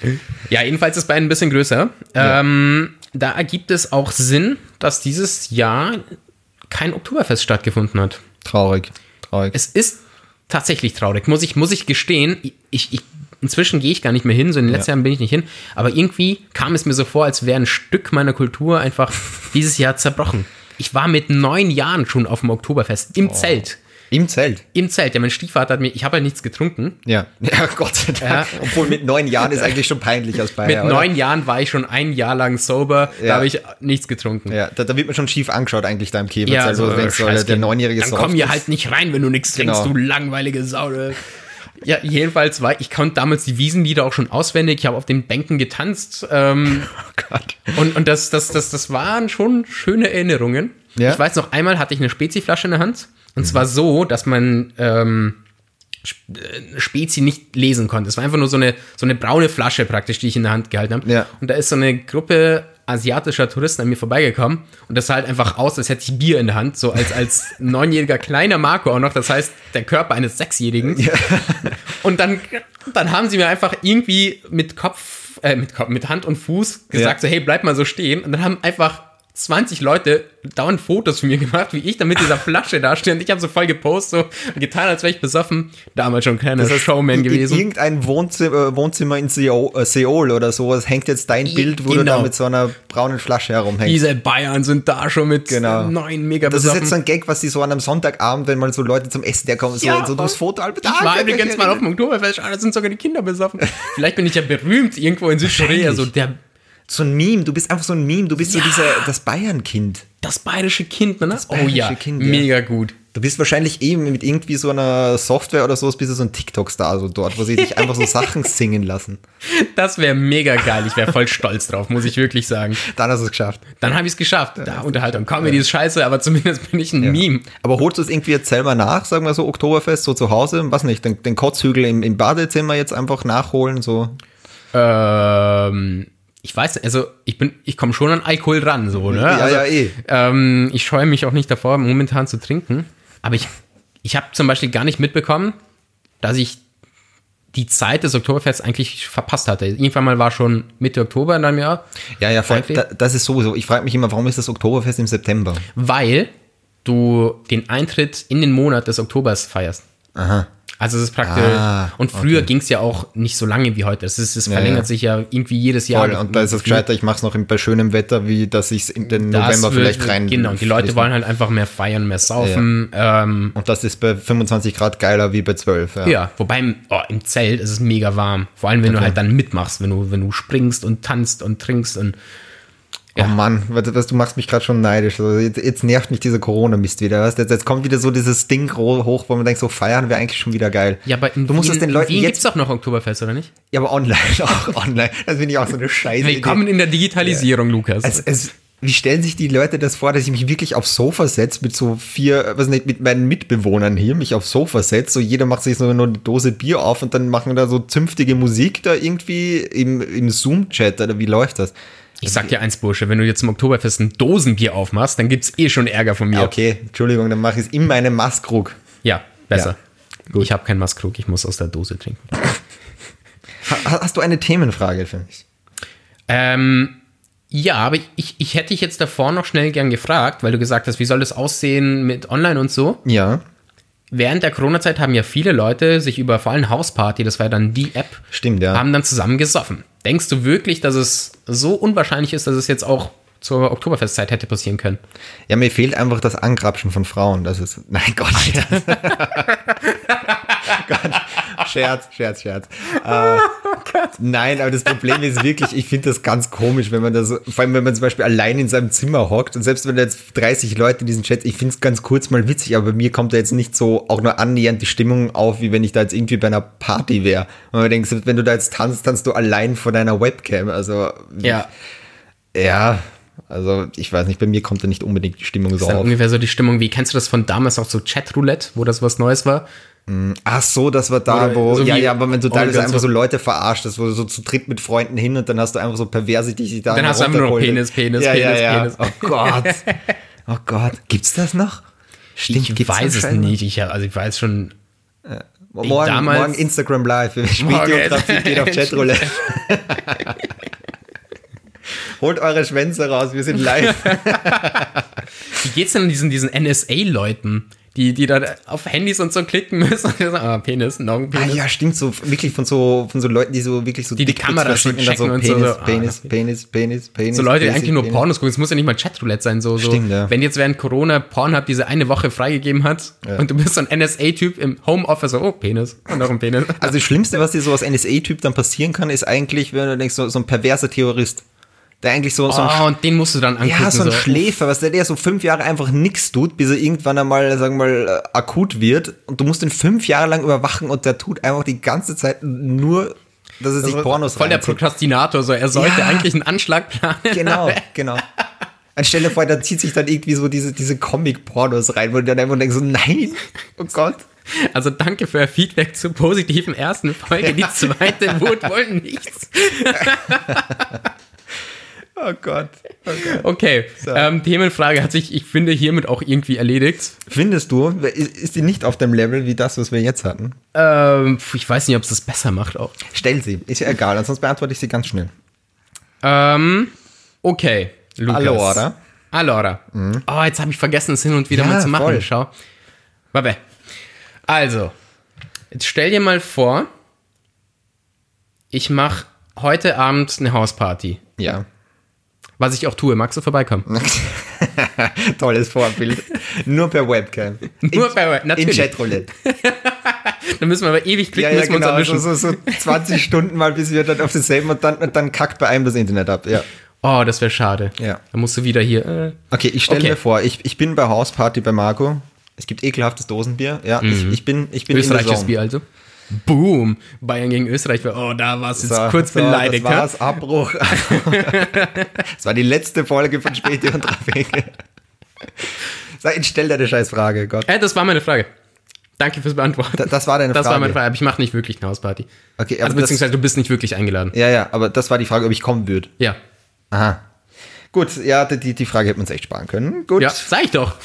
Speaker 2: Ja, jedenfalls ist Bayern ein bisschen größer. Ähm, da ergibt es auch Sinn, dass dieses Jahr kein Oktoberfest stattgefunden hat.
Speaker 1: Traurig, traurig.
Speaker 2: Es ist tatsächlich traurig, muss ich, muss ich gestehen. Ich, ich, inzwischen gehe ich gar nicht mehr hin, so in den letzten Jahren bin ich nicht hin. Aber irgendwie kam es mir so vor, als wäre ein Stück meiner Kultur einfach dieses Jahr zerbrochen. Ich war mit neun Jahren schon auf dem Oktoberfest im Zelt.
Speaker 1: Im Zelt.
Speaker 2: Im Zelt. Ja, mein Stiefvater hat mir, ich habe halt nichts getrunken.
Speaker 1: Ja. ja, Gott sei Dank. Obwohl mit neun Jahren ist eigentlich schon peinlich aus Bayern.
Speaker 2: Mit
Speaker 1: oder?
Speaker 2: neun Jahren war ich schon ein Jahr lang sober, da
Speaker 1: Ja.
Speaker 2: habe ich nichts getrunken.
Speaker 1: Ja, da, da wird man schon schief angeschaut eigentlich da im Kiewitz. also,
Speaker 2: äh,
Speaker 1: wenn so
Speaker 2: scheiß
Speaker 1: der
Speaker 2: Kind.
Speaker 1: neunjährige
Speaker 2: Dann
Speaker 1: sauft,
Speaker 2: komm hier halt nicht rein, wenn du nichts trinkst,
Speaker 1: Genau.
Speaker 2: du langweilige Sau. ne? Ja, jedenfalls war ich konnte damals die Wiesenlieder auch schon auswendig. Ich habe auf den Bänken getanzt ähm,
Speaker 1: Oh Gott.
Speaker 2: und, und das, das, das, das waren schon schöne Erinnerungen.
Speaker 1: Ja. Mhm.
Speaker 2: Ich weiß noch einmal hatte ich eine Spezi-Flasche in der Hand und zwar so, dass man ähm, Sp- äh, Spezi nicht lesen konnte. Es war einfach nur so eine so eine braune Flasche praktisch, die ich in der Hand gehalten habe.
Speaker 1: Ja.
Speaker 2: Und da ist so eine Gruppe asiatischer Touristen an mir vorbeigekommen und das sah halt einfach aus, als hätte ich Bier in der Hand, so als als neunjähriger kleiner Marco auch noch. Das heißt der Körper eines sechsjährigen. Und dann, dann haben sie mir einfach irgendwie mit Kopf, äh, mit, Kopf, mit Hand und Fuß gesagt,
Speaker 1: Ja.
Speaker 2: so, hey, bleib mal so stehen. Und dann haben einfach 20 Leute dauernd Fotos von mir gemacht, wie ich dann mit dieser Flasche dastehe. Und ich habe so voll gepostet, so getan, als wäre ich besoffen. Damals schon kleiner Showman
Speaker 1: in, In
Speaker 2: gewesen.
Speaker 1: irgendein Wohnzimmer, äh, Wohnzimmer in Seoul, äh, Seoul oder sowas hängt jetzt dein Bild, wo du
Speaker 2: genau.
Speaker 1: da mit so einer braunen Flasche herumhängst.
Speaker 2: Diese Bayern sind da schon mit
Speaker 1: Genau.
Speaker 2: neun mega
Speaker 1: Das ist
Speaker 2: besoffen.
Speaker 1: jetzt so ein Gag, was die so an einem Sonntagabend, wenn mal so Leute zum Essen herkommen, so,
Speaker 2: Ja,
Speaker 1: so das Foto Albert,
Speaker 2: ich war übrigens mal auf dem Oktoberfest, ah, da sind sogar die Kinder besoffen. Vielleicht bin ich ja berühmt irgendwo in Südkorea, so
Speaker 1: Wahrscheinlich.
Speaker 2: der,
Speaker 1: So ein Meme, du bist einfach so ein Meme, du bist
Speaker 2: Ja.
Speaker 1: so dieser, das Bayern-Kind.
Speaker 2: das bayerische Kind, ne? oh
Speaker 1: bayerische
Speaker 2: ja,
Speaker 1: Kind, ja.
Speaker 2: mega gut.
Speaker 1: Du bist wahrscheinlich eben mit irgendwie so einer Software oder sowas, bist du so ein TikTok-Star, so dort, wo sie dich einfach so Sachen singen lassen.
Speaker 2: Das wäre mega geil. Ich wäre voll stolz drauf, muss ich wirklich sagen.
Speaker 1: Dann hast du es geschafft.
Speaker 2: Dann habe ich es geschafft. Da Unterhaltung. Comedy ist scheiße, aber zumindest bin ich ein Meme.
Speaker 1: Aber holst du es irgendwie jetzt selber nach, sagen wir so, Oktoberfest, so zu Hause, was nicht, den, den Kotzhügel im, im Badezimmer jetzt einfach nachholen, so.
Speaker 2: Ähm, ich weiß, nicht, also ich bin, ich komme schon an Alkohol ran, so, ne?
Speaker 1: Ja,
Speaker 2: also,
Speaker 1: ja, eh.
Speaker 2: Ähm, ich scheue mich auch nicht davor, momentan zu trinken. Aber ich, ich habe zum Beispiel gar nicht mitbekommen, dass ich die Zeit des Oktoberfests eigentlich verpasst hatte. Irgendwann mal war schon Mitte Oktober in einem Jahr.
Speaker 1: Ja, ja, voll,
Speaker 2: Eigentlich-
Speaker 1: da, das ist sowieso. Ich frage mich immer, warum ist das Oktoberfest im September?
Speaker 2: weil du den Eintritt in den Monat des Oktobers feierst.
Speaker 1: Aha.
Speaker 2: Also es ist praktisch.
Speaker 1: Ah,
Speaker 2: und früher
Speaker 1: okay.
Speaker 2: ging's ging es ja auch nicht so lange wie heute. Es, ist, es
Speaker 1: Ja,
Speaker 2: verlängert
Speaker 1: ja.
Speaker 2: sich ja irgendwie jedes Jahr.
Speaker 1: Voll, und da ist es gescheiter, ich mache es noch im- bei schönem Wetter, wie dass ich es in den
Speaker 2: Das
Speaker 1: November
Speaker 2: wird-
Speaker 1: vielleicht rein.
Speaker 2: Genau, die Leute
Speaker 1: fließen.
Speaker 2: wollen halt einfach mehr feiern, mehr saufen. Ja, ähm,
Speaker 1: Und das ist bei 25 Grad geiler wie bei 12. Ja.
Speaker 2: ja. wobei im- oh, im Zelt ist es mega warm. Vor allem, wenn du halt dann mitmachst, wenn du, wenn du springst und tanzt und trinkst und
Speaker 1: Oh
Speaker 2: Ja.
Speaker 1: Mann, was, was, du machst mich gerade schon neidisch. Also jetzt, jetzt nervt mich dieser Corona-Mist wieder. Weißt? du? Jetzt, jetzt kommt wieder so dieses Ding ro- hoch, wo man denkt, so feiern wäre eigentlich schon wieder geil.
Speaker 2: Ja, aber in
Speaker 1: du musst
Speaker 2: Wien,
Speaker 1: es den Leuten
Speaker 2: in Wien
Speaker 1: jetzt.
Speaker 2: gibt's doch noch Oktoberfest, oder nicht?
Speaker 1: Ja, aber online, auch online. Das finde ich auch so eine Scheiße.
Speaker 2: Willkommen in der Digitalisierung, Lukas.
Speaker 1: Es, es, wie stellen sich die Leute das vor, dass ich mich wirklich aufs Sofa setze mit so vier, äh, was nicht, mit meinen Mitbewohnern hier, mich aufs Sofa setze, so jeder macht sich so nur eine Dose Bier auf und dann machen wir da so zünftige Musik da irgendwie im, im Zoom-Chat oder wie läuft das?
Speaker 2: ich sag dir eins, Bursche, wenn du jetzt zum Oktoberfest ein Dosenbier aufmachst, dann gibt's eh schon Ärger von mir.
Speaker 1: Ja, okay, Entschuldigung, dann mache ich es in meinem Maskrug.
Speaker 2: Ja, besser. Ich habe keinen Maskrug, ich muss aus der Dose trinken.
Speaker 1: Ha, hast du eine Themenfrage für mich?
Speaker 2: Ähm, ja, aber ich, ich hätte dich jetzt davor noch schnell gern gefragt, weil du gesagt hast, wie soll das aussehen mit online und so.
Speaker 1: Ja.
Speaker 2: Während der Corona-Zeit haben ja viele Leute sich über vor allem Hausparty, das war ja dann die App,
Speaker 1: Stimmt, ja.
Speaker 2: haben dann zusammen gesoffen. Denkst du wirklich, dass es so unwahrscheinlich ist, dass es jetzt auch zur Oktoberfestzeit hätte passieren können?
Speaker 1: Ja, mir fehlt einfach das Angrapschen von Frauen. Das ist. Nein, Gott. Gott. Scherz, Scherz, Scherz. Äh, Nein, aber das Problem ist wirklich, ich finde das ganz komisch, wenn man das, vor allem wenn man zum Beispiel allein in seinem Zimmer hockt und selbst wenn da jetzt 30 Leute in diesem Chat, ich finde es ganz kurz mal witzig, aber bei mir kommt da jetzt nicht so auch nur annähernd die Stimmung auf, wie wenn ich da jetzt irgendwie bei einer Party wäre. Und man denkt, wenn du da jetzt tanzt, tanzt du allein vor deiner Webcam. Also, ja, also ich weiß nicht, bei mir kommt da nicht unbedingt die Stimmung so
Speaker 2: Das ist dann
Speaker 1: auf.
Speaker 2: ungefähr so die Stimmung, wie kennst du das von damals auch so Chatroulette, wo das was Neues war?
Speaker 1: Ach so, das war da,
Speaker 2: Oder
Speaker 1: wo.
Speaker 2: so
Speaker 1: ja,
Speaker 2: wie
Speaker 1: ja, aber wenn du da
Speaker 2: Olga
Speaker 1: ist,
Speaker 2: und
Speaker 1: einfach so
Speaker 2: so.
Speaker 1: Leute verarscht hast, wo du so zu dritt mit Freunden hin und dann hast du einfach so perverse, die sich da.
Speaker 2: Dann hast du einfach nur noch
Speaker 1: runtergeholt.
Speaker 2: Penis, Penis,
Speaker 1: ja,
Speaker 2: Penis,
Speaker 1: ja, ja.
Speaker 2: Penis.
Speaker 1: Oh Gott. Oh Gott. Gibt's das noch? Stimmt,
Speaker 2: ich
Speaker 1: gibt's das
Speaker 2: weiß es
Speaker 1: scheinbar?
Speaker 2: nicht, ich, also ich weiß schon,
Speaker 1: Morgen,
Speaker 2: damals-
Speaker 1: morgen Instagram Live. Wir spielen
Speaker 2: Morgen.
Speaker 1: Videografie, geht auf Chatroulette. Holt eure Schwänze raus, wir sind live.
Speaker 2: Wie geht's denn diesen, diesen NSA-Leuten, die, die da auf Handys und so klicken müssen? Und die sagen, ah, Penis, Long
Speaker 1: Ah,
Speaker 2: Penis.
Speaker 1: ja, stimmt, so wirklich von so, von so Leuten, die so wirklich so
Speaker 2: Die die
Speaker 1: Dickpics
Speaker 2: Kameras
Speaker 1: verschicken und dann so
Speaker 2: checken
Speaker 1: Penis,
Speaker 2: und so, so, ah,
Speaker 1: Penis,
Speaker 2: okay.
Speaker 1: Penis, Penis, Penis.
Speaker 2: so Leute, die
Speaker 1: Penis,
Speaker 2: eigentlich nur
Speaker 1: Penis.
Speaker 2: Pornos gucken. Es muss ja nicht mal Chatroulette sein. So, so.
Speaker 1: Stimmt, ja.
Speaker 2: Wenn jetzt während Corona Pornhub diese eine Woche freigegeben hat und du bist so ein NSA-Typ im Homeoffice, so, oh, Penis und noch ein Penis. Ah,
Speaker 1: Also das Schlimmste, was dir so als NSA-Typ dann passieren kann, ist eigentlich, wenn du denkst, so, so ein perverser Terrorist. Der eigentlich so, so ein,
Speaker 2: Oh, und den musst du dann angucken.
Speaker 1: ja, so ein
Speaker 2: so.
Speaker 1: Schläfer, was der, der so fünf Jahre einfach nichts tut, bis er irgendwann einmal, sagen wir mal, äh, akut wird. Und du musst ihn fünf Jahre lang überwachen und der tut einfach die ganze Zeit nur, dass er sich Pornos
Speaker 2: Voll der
Speaker 1: reinzieht.
Speaker 2: Prokrastinator, so er sollte
Speaker 1: Ja.
Speaker 2: eigentlich einen Anschlag planen.
Speaker 1: Genau, genau. Anstelle vor, da zieht sich dann irgendwie so diese, diese Comic-Pornos rein, wo du dann einfach denkst, so, nein, oh Gott.
Speaker 2: Also danke für Ihr Feedback zur positiven ersten Folge. Die zweite wurde wohl nichts.
Speaker 1: Oh Gott. Oh Gott.
Speaker 2: Okay, ähm, Themenfrage hat sich, ich finde, hiermit auch irgendwie erledigt.
Speaker 1: Findest du, ist ist die nicht auf dem Level wie das, was wir jetzt hatten?
Speaker 2: Ähm, pf, ich weiß nicht, ob es das besser macht auch.
Speaker 1: Stell sie, ist ja egal, ansonsten beantworte ich sie ganz schnell.
Speaker 2: Ähm, okay, Lukas.
Speaker 1: Allora. Mhm.
Speaker 2: Allora. Oh, jetzt habe ich vergessen, es hin und wieder
Speaker 1: Ja,
Speaker 2: mal zu machen.
Speaker 1: voll.
Speaker 2: Schau. Warte. Also, jetzt stell dir mal vor, ich mache heute Abend eine Hausparty.
Speaker 1: Ja.
Speaker 2: Was ich auch tue. Magst du vorbeikommen?
Speaker 1: Tolles Vorbild. Nur per Webcam.
Speaker 2: Nur bei
Speaker 1: In
Speaker 2: Natürlich.
Speaker 1: Chatroulette.
Speaker 2: Dann müssen wir aber ewig
Speaker 1: Ja,
Speaker 2: klicken,
Speaker 1: ja,
Speaker 2: bis wir
Speaker 1: genau.
Speaker 2: uns
Speaker 1: So,
Speaker 2: erwischen.
Speaker 1: so, so 20 Stunden mal, bis wir dann auf denselben und dann, und dann kackt bei einem das Internet ab. Ja.
Speaker 2: Oh, das wäre schade.
Speaker 1: Ja.
Speaker 2: Dann musst du wieder hier. Äh,
Speaker 1: Okay, ich stelle
Speaker 2: Okay.
Speaker 1: mir vor, ich, ich bin bei Hausparty bei Marco. Es gibt ekelhaftes Dosenbier. Ja, ich, ich bin, ich bin in der
Speaker 2: Mhm. österreichisches
Speaker 1: Zone.
Speaker 2: Bier also. Boom. Bayern gegen Österreich. Oh, da warst du jetzt
Speaker 1: So,
Speaker 2: kurz
Speaker 1: so,
Speaker 2: beleidigt.
Speaker 1: Das
Speaker 2: ha?
Speaker 1: war's, Abbruch. das war die letzte Folge von Späti und Trafik. So, jetzt stell deine Scheißfrage, Gott.
Speaker 2: Äh, das war meine Frage. Danke fürs Beantworten.
Speaker 1: Da- das war deine
Speaker 2: Das war
Speaker 1: Frage.
Speaker 2: meine Frage, aber ich mache nicht wirklich eine Hausparty.
Speaker 1: Okay, aber
Speaker 2: also,
Speaker 1: das-
Speaker 2: beziehungsweise du bist nicht wirklich eingeladen.
Speaker 1: Ja, ja, aber das war die Frage, ob ich kommen würde.
Speaker 2: Ja.
Speaker 1: Aha. Gut, ja, die, die Frage hätten wir uns echt sparen können. Gut,
Speaker 2: Ja, sag ich doch.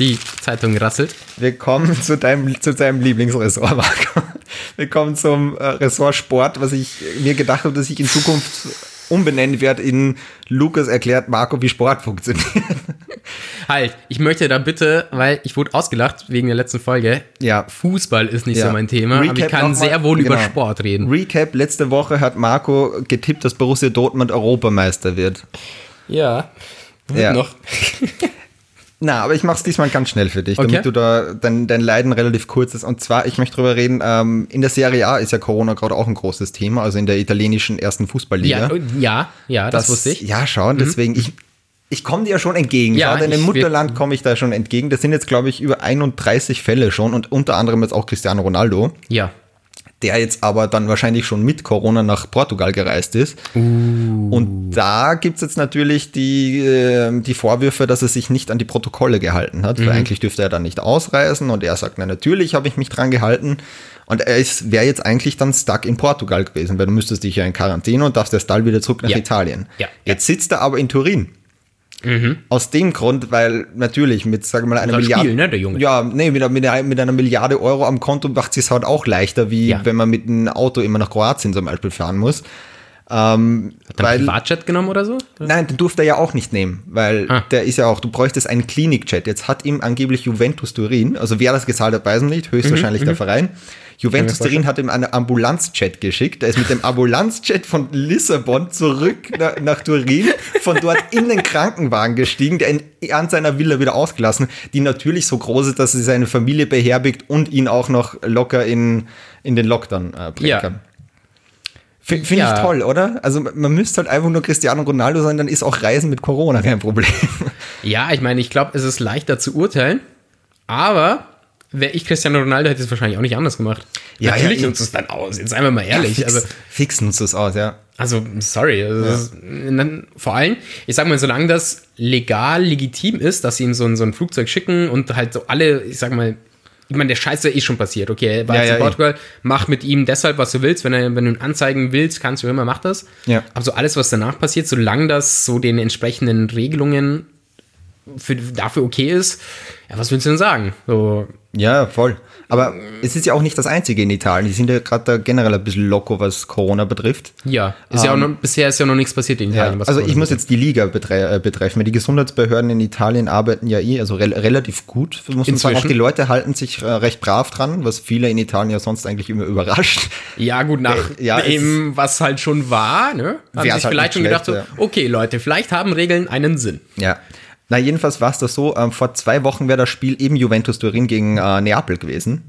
Speaker 2: Die Zeitung rasselt.
Speaker 1: wir kommen zu deinem, zu deinem Lieblingsressort, Marco. Wir kommen zum äh, Ressort Sport, was ich mir gedacht habe, dass ich in Zukunft umbenennen werde in Lukas erklärt Marco, wie Sport funktioniert.
Speaker 2: Halt, ich möchte da bitte, weil ich wurde ausgelacht wegen der letzten Folge.
Speaker 1: Ja.
Speaker 2: Fußball ist nicht
Speaker 1: Ja.
Speaker 2: so mein Thema, aber
Speaker 1: Recap
Speaker 2: ich kann
Speaker 1: noch
Speaker 2: sehr
Speaker 1: mal-
Speaker 2: wohl über
Speaker 1: genau.
Speaker 2: Sport reden.
Speaker 1: Recap, letzte Woche hat Marco getippt, dass Borussia Dortmund Europameister wird.
Speaker 2: Ja.
Speaker 1: Ja.
Speaker 2: Noch.
Speaker 1: Na, aber ich mach's diesmal ganz schnell für dich,
Speaker 2: Okay.
Speaker 1: damit du da dein, dein Leiden relativ kurz ist. Und zwar, ich möchte drüber reden, ähm, in der Serie A ist ja Corona gerade auch ein großes Thema, also in der italienischen ersten Fußballliga.
Speaker 2: Ja, ja, ja, das, wusste ich. Mhm.
Speaker 1: Ja, schauen, deswegen, ich, ich komme dir ja schon entgegen.
Speaker 2: Ja,
Speaker 1: Gerade in dem
Speaker 2: ich- wir-
Speaker 1: Mutterland komme ich da schon entgegen. Das sind jetzt, glaube ich, über 31 Fälle schon und unter anderem jetzt auch Cristiano Ronaldo,
Speaker 2: Ja.
Speaker 1: der jetzt aber dann wahrscheinlich schon mit Corona nach Portugal gereist ist.
Speaker 2: Uh.
Speaker 1: Und da gibt es jetzt natürlich die, ähm, die Vorwürfe, dass er sich nicht an die Protokolle gehalten
Speaker 2: Mhm.
Speaker 1: hat, weil eigentlich dürfte er dann nicht ausreisen und er sagt, na natürlich habe ich mich dran gehalten. Und er ist- wäre jetzt eigentlich dann stuck in Portugal gewesen, weil du müsstest dich ja in Quarantäne und darfst erst dann wieder zurück nach
Speaker 2: Ja.
Speaker 1: Italien.
Speaker 2: Ja. Mhm.
Speaker 1: Jetzt sitzt er aber in Turin. Aus dem Grund, weil natürlich mit, sagen wir mal, einer
Speaker 2: Unser
Speaker 1: Milliarde.
Speaker 2: Spiel, ne, der Junge.
Speaker 1: Ja, nee, mit, einer- mit, einer- mit einer Milliarde Euro am Konto macht es sich halt auch leichter, wie
Speaker 2: Ja.
Speaker 1: wenn man mit einem Auto immer nach Kroatien zum Beispiel fahren muss.
Speaker 2: Hat er einen Privatjet genommen oder so?
Speaker 1: Nein, den durfte er ja auch nicht nehmen, weil
Speaker 2: Ah.
Speaker 1: der ist ja auch, du bräuchtest einen Klinikchat. Jetzt hat ihm angeblich Juventus Turin, also wer das gezahlt hat, weiß man nicht, höchstwahrscheinlich
Speaker 2: Mhm,
Speaker 1: der Verein. Juventus Turin hat ihm einen Ambulanzchat geschickt. Er ist mit dem Ambulanzchat von Lissabon zurück na, nach Turin, von dort in den Krankenwagen gestiegen, der ihn an seiner Villa wieder ausgelassen, die natürlich so groß ist, dass sie seine Familie beherbergt und ihn auch noch locker in, in den Lockdown äh, bringen
Speaker 2: Ja.
Speaker 1: kann. Finde find
Speaker 2: Ja.
Speaker 1: ich toll, oder? Also man man müsste halt einfach nur Cristiano Ronaldo sein, dann ist auch Reisen mit Corona kein Problem.
Speaker 2: Ja, ich meine, ich glaube, es ist leichter zu urteilen, aber wäre ich Cristiano Ronaldo, hätte ich es wahrscheinlich auch nicht anders gemacht.
Speaker 1: Ja,
Speaker 2: Natürlich
Speaker 1: ja,
Speaker 2: nutzt es dann aus, jetzt einmal mal ehrlich.
Speaker 1: fix,
Speaker 2: also,
Speaker 1: fix nutzt es aus, ja.
Speaker 2: also, sorry. Also, das ist- dann, vor allem, ich sag mal, solange das legal legitim ist, dass sie ihm so ein, so ein Flugzeug schicken und halt so alle, ich sag mal, ich meine, der Scheiß ist ja eh schon passiert. Okay, er war
Speaker 1: Ja,
Speaker 2: jetzt in
Speaker 1: ja, eh.
Speaker 2: Portugal, mach mit ihm deshalb, was du willst. Wenn, er, wenn du ihn anzeigen willst, kannst du immer, mach das.
Speaker 1: Ja.
Speaker 2: Aber so alles, was danach passiert, solange das so den entsprechenden Regelungen für, dafür okay ist, ja, was willst du denn sagen? So,
Speaker 1: Ja, voll. Aber es ist ja auch nicht das Einzige in Italien. Die sind ja gerade da generell ein bisschen loco, was Corona betrifft.
Speaker 2: ja, ist ja auch noch, bisher ist ja noch nichts passiert in Italien.
Speaker 1: Ähm, Ja,
Speaker 2: was
Speaker 1: also
Speaker 2: Corona
Speaker 1: ich muss jetzt die Liga betre äh, betreffen. weil Die Gesundheitsbehörden in Italien arbeiten ja eh, also rel relativ gut, muss man sagen.
Speaker 2: Inzwischen.
Speaker 1: Auch die Leute halten sich äh, recht brav dran, was viele in Italien ja sonst eigentlich immer überrascht.
Speaker 2: Ja, gut, nach
Speaker 1: Äh, ja, es-
Speaker 2: dem, was halt schon war, ne?
Speaker 1: Wär's
Speaker 2: Haben sich
Speaker 1: halt
Speaker 2: vielleicht
Speaker 1: nicht
Speaker 2: schon gedacht, so,
Speaker 1: schlecht,
Speaker 2: okay, Leute, vielleicht haben Regeln einen Sinn.
Speaker 1: Ja. Na, jedenfalls war es das so. Ähm, vor zwei Wochen wäre das Spiel eben Juventus Turin gegen äh, Neapel gewesen.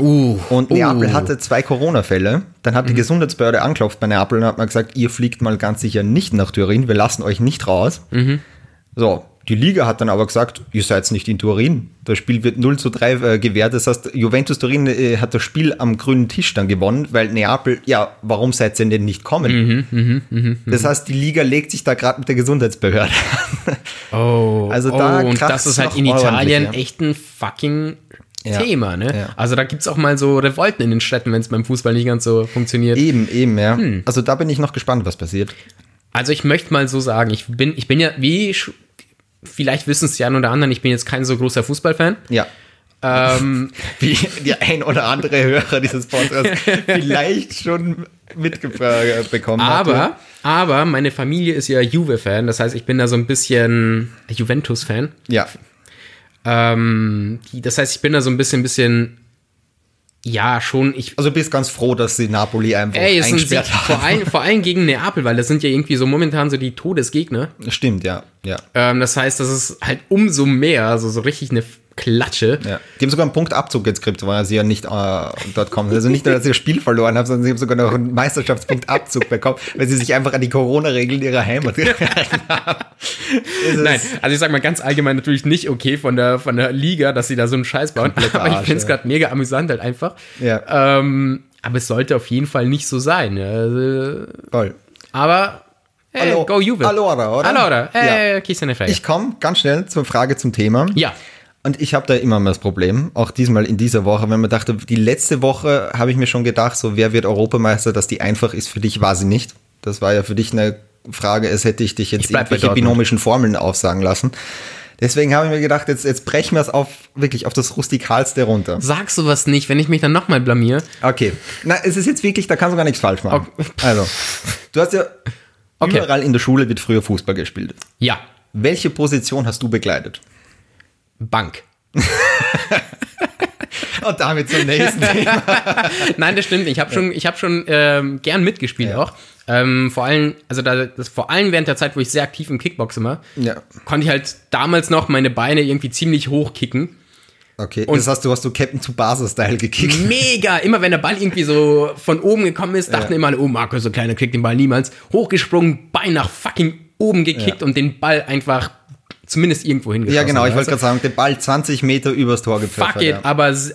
Speaker 2: Uh.
Speaker 1: Und Neapel hatte zwei Corona-Fälle. Dann hat die
Speaker 2: Mhm.
Speaker 1: Gesundheitsbehörde anklopft bei Neapel und hat mal gesagt, ihr fliegt mal ganz sicher nicht nach Turin, wir lassen euch nicht raus.
Speaker 2: Mhm.
Speaker 1: So, die Liga hat dann aber gesagt, ihr seid nicht in Turin. Das Spiel wird 0 zu 3 äh, gewährt. Das heißt, Juventus Turin äh, hat das Spiel am grünen Tisch dann gewonnen, weil Neapel, ja, warum seid ihr denn nicht kommen?
Speaker 2: Mhm,
Speaker 1: das heißt, die Liga legt sich da gerade mit der Gesundheitsbehörde an.
Speaker 2: Oh,
Speaker 1: Also
Speaker 2: oh,
Speaker 1: da
Speaker 2: und
Speaker 1: kracht's
Speaker 2: das ist halt
Speaker 1: noch
Speaker 2: in Italien
Speaker 1: ordentlich,
Speaker 2: echt ein fucking
Speaker 1: Ja.
Speaker 2: Thema, ne?
Speaker 1: Ja.
Speaker 2: Also da gibt's auch mal so Revolten in den Städten, wenn es beim Fußball nicht ganz so funktioniert.
Speaker 1: Eben, eben, ja.
Speaker 2: Hm.
Speaker 1: Also da bin ich noch gespannt, was passiert.
Speaker 2: Also ich möchte mal so sagen, ich bin, ich bin ja, wie sch- vielleicht wissen es die einen oder anderen, ich bin jetzt kein so großer Fußballfan.
Speaker 1: Ja.
Speaker 2: Ähm,
Speaker 1: Wie der ein oder andere Hörer dieses Podcasts vielleicht schon mitbekommen
Speaker 2: aber, aber meine Familie ist ja Juve-Fan, das heißt, ich bin da so ein bisschen Juventus-Fan.
Speaker 1: Ja.
Speaker 2: Ähm, die- das heißt, ich bin da so ein bisschen, bisschen, ja, schon, ich,
Speaker 1: Also bist ganz froh, dass sie Napoli einfach
Speaker 2: ey, es sind sie,
Speaker 1: eingesperrt
Speaker 2: vor
Speaker 1: haben.
Speaker 2: allem, vor allem gegen Neapel, weil das sind ja irgendwie so momentan so die Todesgegner.
Speaker 1: Stimmt, ja. ja,
Speaker 2: Ähm, das heißt, das ist halt umso mehr, also so richtig eine Klatsche.
Speaker 1: ja. Die haben sogar einen Punktabzug jetzt gekriegt, weil sie ja nicht äh, dort kommen. Also nicht nur, dass sie das Spiel verloren haben, sondern sie haben sogar noch einen Meisterschaftspunktabzug bekommen, weil sie sich einfach an die Corona-Regeln ihrer Heimat gehalten haben. Es ist-
Speaker 2: Nein, also ich sag mal ganz allgemein natürlich nicht okay von der, von der Liga, dass sie da so einen Scheiß bauen,
Speaker 1: Kompletter
Speaker 2: aber ich
Speaker 1: Arsch,
Speaker 2: finde es
Speaker 1: ja.
Speaker 2: gerade mega amüsant halt einfach.
Speaker 1: Ja.
Speaker 2: Ähm, aber es sollte auf jeden Fall nicht so sein. Also,
Speaker 1: Voll.
Speaker 2: aber, hey,
Speaker 1: Allo-
Speaker 2: go Juve.
Speaker 1: Allora, oder?
Speaker 2: Allora, eh, hey, ja.
Speaker 1: Ich komme ganz schnell zur Frage zum Thema.
Speaker 2: Ja.
Speaker 1: Und ich habe da immer mal das Problem, auch diesmal in dieser Woche, wenn man dachte, die letzte Woche habe ich mir schon gedacht, so wer wird Europameister, dass die einfach ist, für dich war sie nicht. Das war ja für dich eine Frage, es hätte ich dich jetzt
Speaker 2: Ich bleib bei
Speaker 1: irgendwelche
Speaker 2: Dortmund.
Speaker 1: binomischen Formeln aufsagen lassen. Deswegen habe ich mir gedacht, jetzt, jetzt brechen wir es auf wirklich auf das Rustikalste runter.
Speaker 2: Sag sowas nicht, wenn ich mich dann nochmal blamier.
Speaker 1: Okay. Na, es ist jetzt wirklich, da kannst du gar nichts falsch machen. Also, du hast ja
Speaker 2: Okay.
Speaker 1: überall in der Schule wird früher Fußball gespielt.
Speaker 2: Ja.
Speaker 1: Welche Position hast du begleitet?
Speaker 2: Bank.
Speaker 1: Und damit zum nächsten Thema.
Speaker 2: Nein, das stimmt. nicht. Ich habe schon, ich hab schon ähm, gern mitgespielt
Speaker 1: Ja.
Speaker 2: auch. Ähm, vor allem, also da, das, vor allem während der Zeit, wo ich sehr aktiv im Kickboxen war,
Speaker 1: Ja.
Speaker 2: konnte ich halt damals noch meine Beine irgendwie ziemlich hochkicken.
Speaker 1: Okay, das hast du, hast du Captain Tsubasa-Style
Speaker 2: Mhm.
Speaker 1: gekickt.
Speaker 2: Mega! Immer wenn der Ball irgendwie so von oben gekommen ist, dachten immer alle, oh Marco, so kleiner kriegt den Ball niemals. Hochgesprungen, Bein nach fucking oben gekickt und den Ball einfach zumindest irgendwo hingeschossen.
Speaker 1: Ja, genau, ich
Speaker 2: weißt
Speaker 1: wollte
Speaker 2: du?
Speaker 1: gerade sagen, den Ball 20 Meter übers Tor gepfeffert.
Speaker 2: Also- Fuck it,
Speaker 1: ja.
Speaker 2: aber s-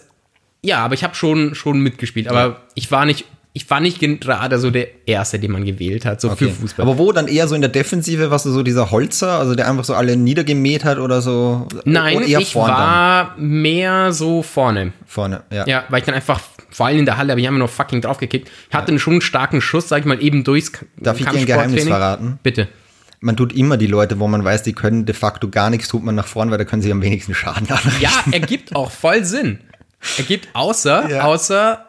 Speaker 2: ja, aber ich habe schon schon mitgespielt, aber ich war nicht ich war nicht gerade so der erste, den man gewählt hat, so für
Speaker 1: Okay.
Speaker 2: Fußball.
Speaker 1: Aber wo dann eher so in der Defensive, was du so dieser Holzer, also der einfach so alle niedergemäht hat oder so?
Speaker 2: Nein,
Speaker 1: oder eher
Speaker 2: ich
Speaker 1: vorn
Speaker 2: war mehr so vorne.
Speaker 1: dann? vorne. Ja.
Speaker 2: Ja, weil ich dann einfach vor allem in der Halle, aber ich habe mir noch fucking draufgekickt. Ich hatte schon einen starken Schuss, sag ich mal, eben durchs K-
Speaker 1: Darf ich dir ein
Speaker 2: Kampfsporttraining.
Speaker 1: Geheimnis verraten?
Speaker 2: Bitte.
Speaker 1: Man tut immer die Leute, wo man weiß, die können de facto gar nichts, tut man nach vorn, weil da können sie am wenigsten Schaden anrichten.
Speaker 2: Ja, ergibt auch voll Sinn. Ergibt außer
Speaker 1: Ja.
Speaker 2: außer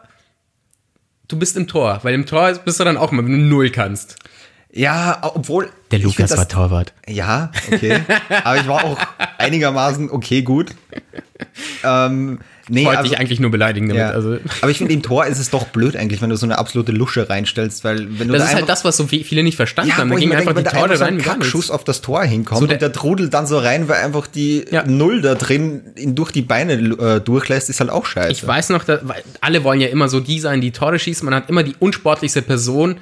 Speaker 2: du bist im Tor, weil im Tor bist du dann auch immer, wenn du null kannst.
Speaker 1: Ja, obwohl.
Speaker 2: Der
Speaker 1: ich find
Speaker 2: Lukas
Speaker 1: das-
Speaker 2: war Torwart.
Speaker 1: Ja, okay. Aber ich war auch einigermaßen okay gut. Ähm, nee,
Speaker 2: Wollte
Speaker 1: also,
Speaker 2: ich eigentlich nur beleidigen damit.
Speaker 1: ja.
Speaker 2: Also.
Speaker 1: aber ich finde, im Tor ist es doch blöd eigentlich, wenn du so eine absolute Lusche reinstellst, weil wenn du
Speaker 2: Das
Speaker 1: da
Speaker 2: ist halt
Speaker 1: einfach,
Speaker 2: das, was so vi- viele nicht verstanden
Speaker 1: ja,
Speaker 2: haben.
Speaker 1: wo
Speaker 2: Da
Speaker 1: ich
Speaker 2: gingen
Speaker 1: mir
Speaker 2: einfach
Speaker 1: denke, wenn da
Speaker 2: die Tore
Speaker 1: einfach so
Speaker 2: rein.
Speaker 1: ein
Speaker 2: wie gar nichts.
Speaker 1: Kackschuss auf das Tor hinkommt
Speaker 2: So
Speaker 1: und
Speaker 2: der-
Speaker 1: der trudelt dann so rein, weil einfach die
Speaker 2: Ja.
Speaker 1: Null da drin ihn durch die Beine äh, durchlässt, ist halt auch scheiße.
Speaker 2: Ich weiß noch, da, weil alle wollen ja immer so die sein, die Tore schießen. Man hat immer die unsportlichste Person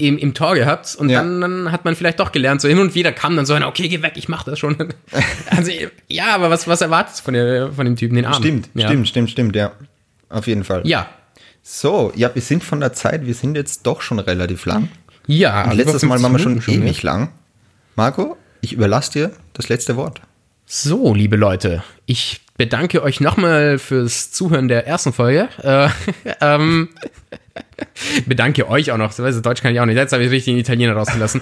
Speaker 2: im, im Tor gehabt und
Speaker 1: Ja.
Speaker 2: dann, dann hat man vielleicht doch gelernt. So hin und wieder kam dann so einer, okay, geh weg, ich mach das schon. Also, ja, aber was, was erwartest du von, der, von dem Typen, den Arm?
Speaker 1: stimmt,
Speaker 2: ja.
Speaker 1: stimmt, stimmt, stimmt, ja. Auf jeden Fall.
Speaker 2: Ja,
Speaker 1: So, ja, wir sind von der Zeit, wir sind jetzt doch schon relativ lang.
Speaker 2: ja.
Speaker 1: Und
Speaker 2: über
Speaker 1: letztes Mal
Speaker 2: 50
Speaker 1: waren wir schon
Speaker 2: Minuten
Speaker 1: ewig
Speaker 2: ja.
Speaker 1: lang. Marco, ich überlasse dir das letzte Wort.
Speaker 2: So, liebe Leute, ich bedanke euch nochmal fürs Zuhören der ersten Folge. Äh, ähm, bedanke euch auch noch. So, weißt du, Deutsch kann ich auch nicht. Jetzt habe ich richtig den Italiener rausgelassen.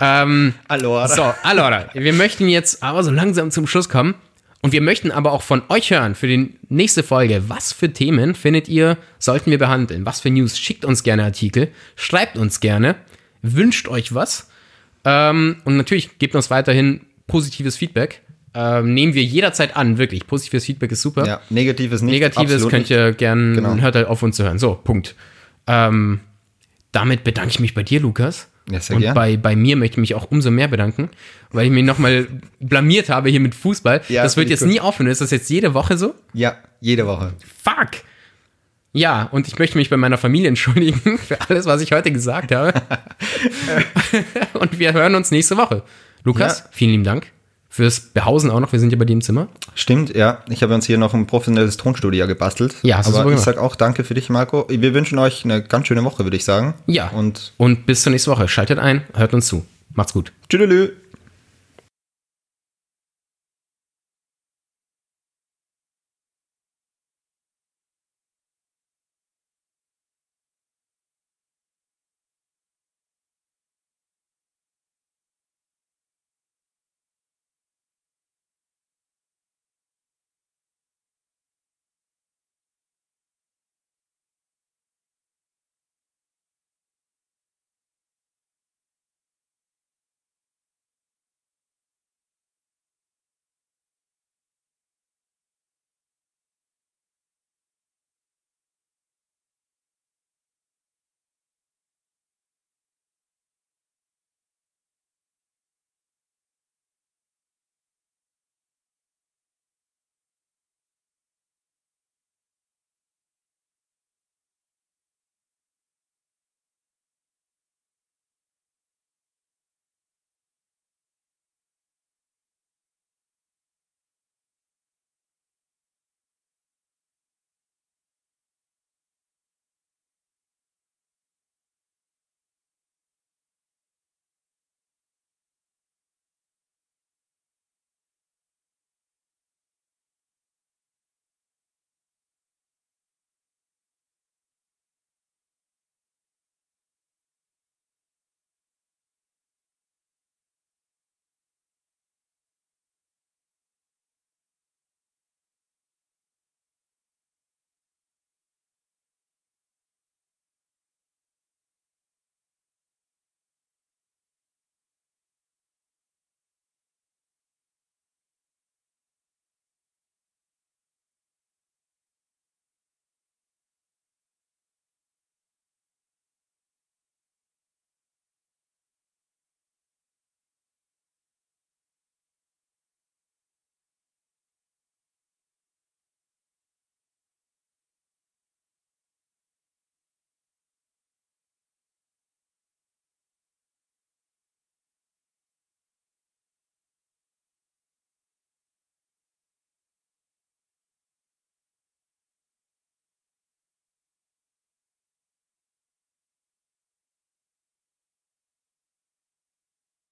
Speaker 2: ähm,
Speaker 1: Allora.
Speaker 2: So, allora, wir möchten jetzt aber so langsam zum Schluss kommen. Und wir möchten aber auch von euch hören für die nächste Folge. Was für Themen findet ihr, sollten wir behandeln? Was für News? Schickt uns gerne Artikel, schreibt uns gerne, wünscht euch was. Ähm, und natürlich gebt uns weiterhin positives Feedback. Ähm, nehmen wir jederzeit an, wirklich. Positives Feedback ist super.
Speaker 1: Ja, negatives nicht.
Speaker 2: Negatives
Speaker 1: absolut
Speaker 2: könnt ihr gern,
Speaker 1: Genau.
Speaker 2: hört halt auf uns zu hören. So, Punkt. Ähm, damit bedanke ich mich bei dir, Lukas.
Speaker 1: Ja, sehr
Speaker 2: Und
Speaker 1: gern.
Speaker 2: bei, bei mir möchte ich mich auch umso mehr bedanken, weil ich mich nochmal blamiert habe hier mit Fußball.
Speaker 1: Ja,
Speaker 2: das wird
Speaker 1: finde ich
Speaker 2: jetzt
Speaker 1: gut.
Speaker 2: nie aufhören. Ist das jetzt jede Woche so?
Speaker 1: nicht. Ja, jede Woche.
Speaker 2: Fuck! Ja, und ich möchte mich bei meiner Familie entschuldigen für alles, was ich heute gesagt habe. und wir hören uns nächste Woche. Lukas,
Speaker 1: Ja.
Speaker 2: vielen lieben Dank fürs Behausen auch noch. Wir sind ja bei dir im Zimmer.
Speaker 1: Stimmt, ja. Ich habe uns hier noch ein professionelles Tonstudio gebastelt.
Speaker 2: Ja, hast du
Speaker 1: aber
Speaker 2: super
Speaker 1: ich
Speaker 2: gemacht.
Speaker 1: sag auch danke für dich, Marco. Wir wünschen euch eine ganz schöne Woche, würde ich sagen.
Speaker 2: Ja.
Speaker 1: Und
Speaker 2: und bis zur nächsten Woche. Schaltet ein, hört uns zu. Macht's gut.
Speaker 1: tschüdelü.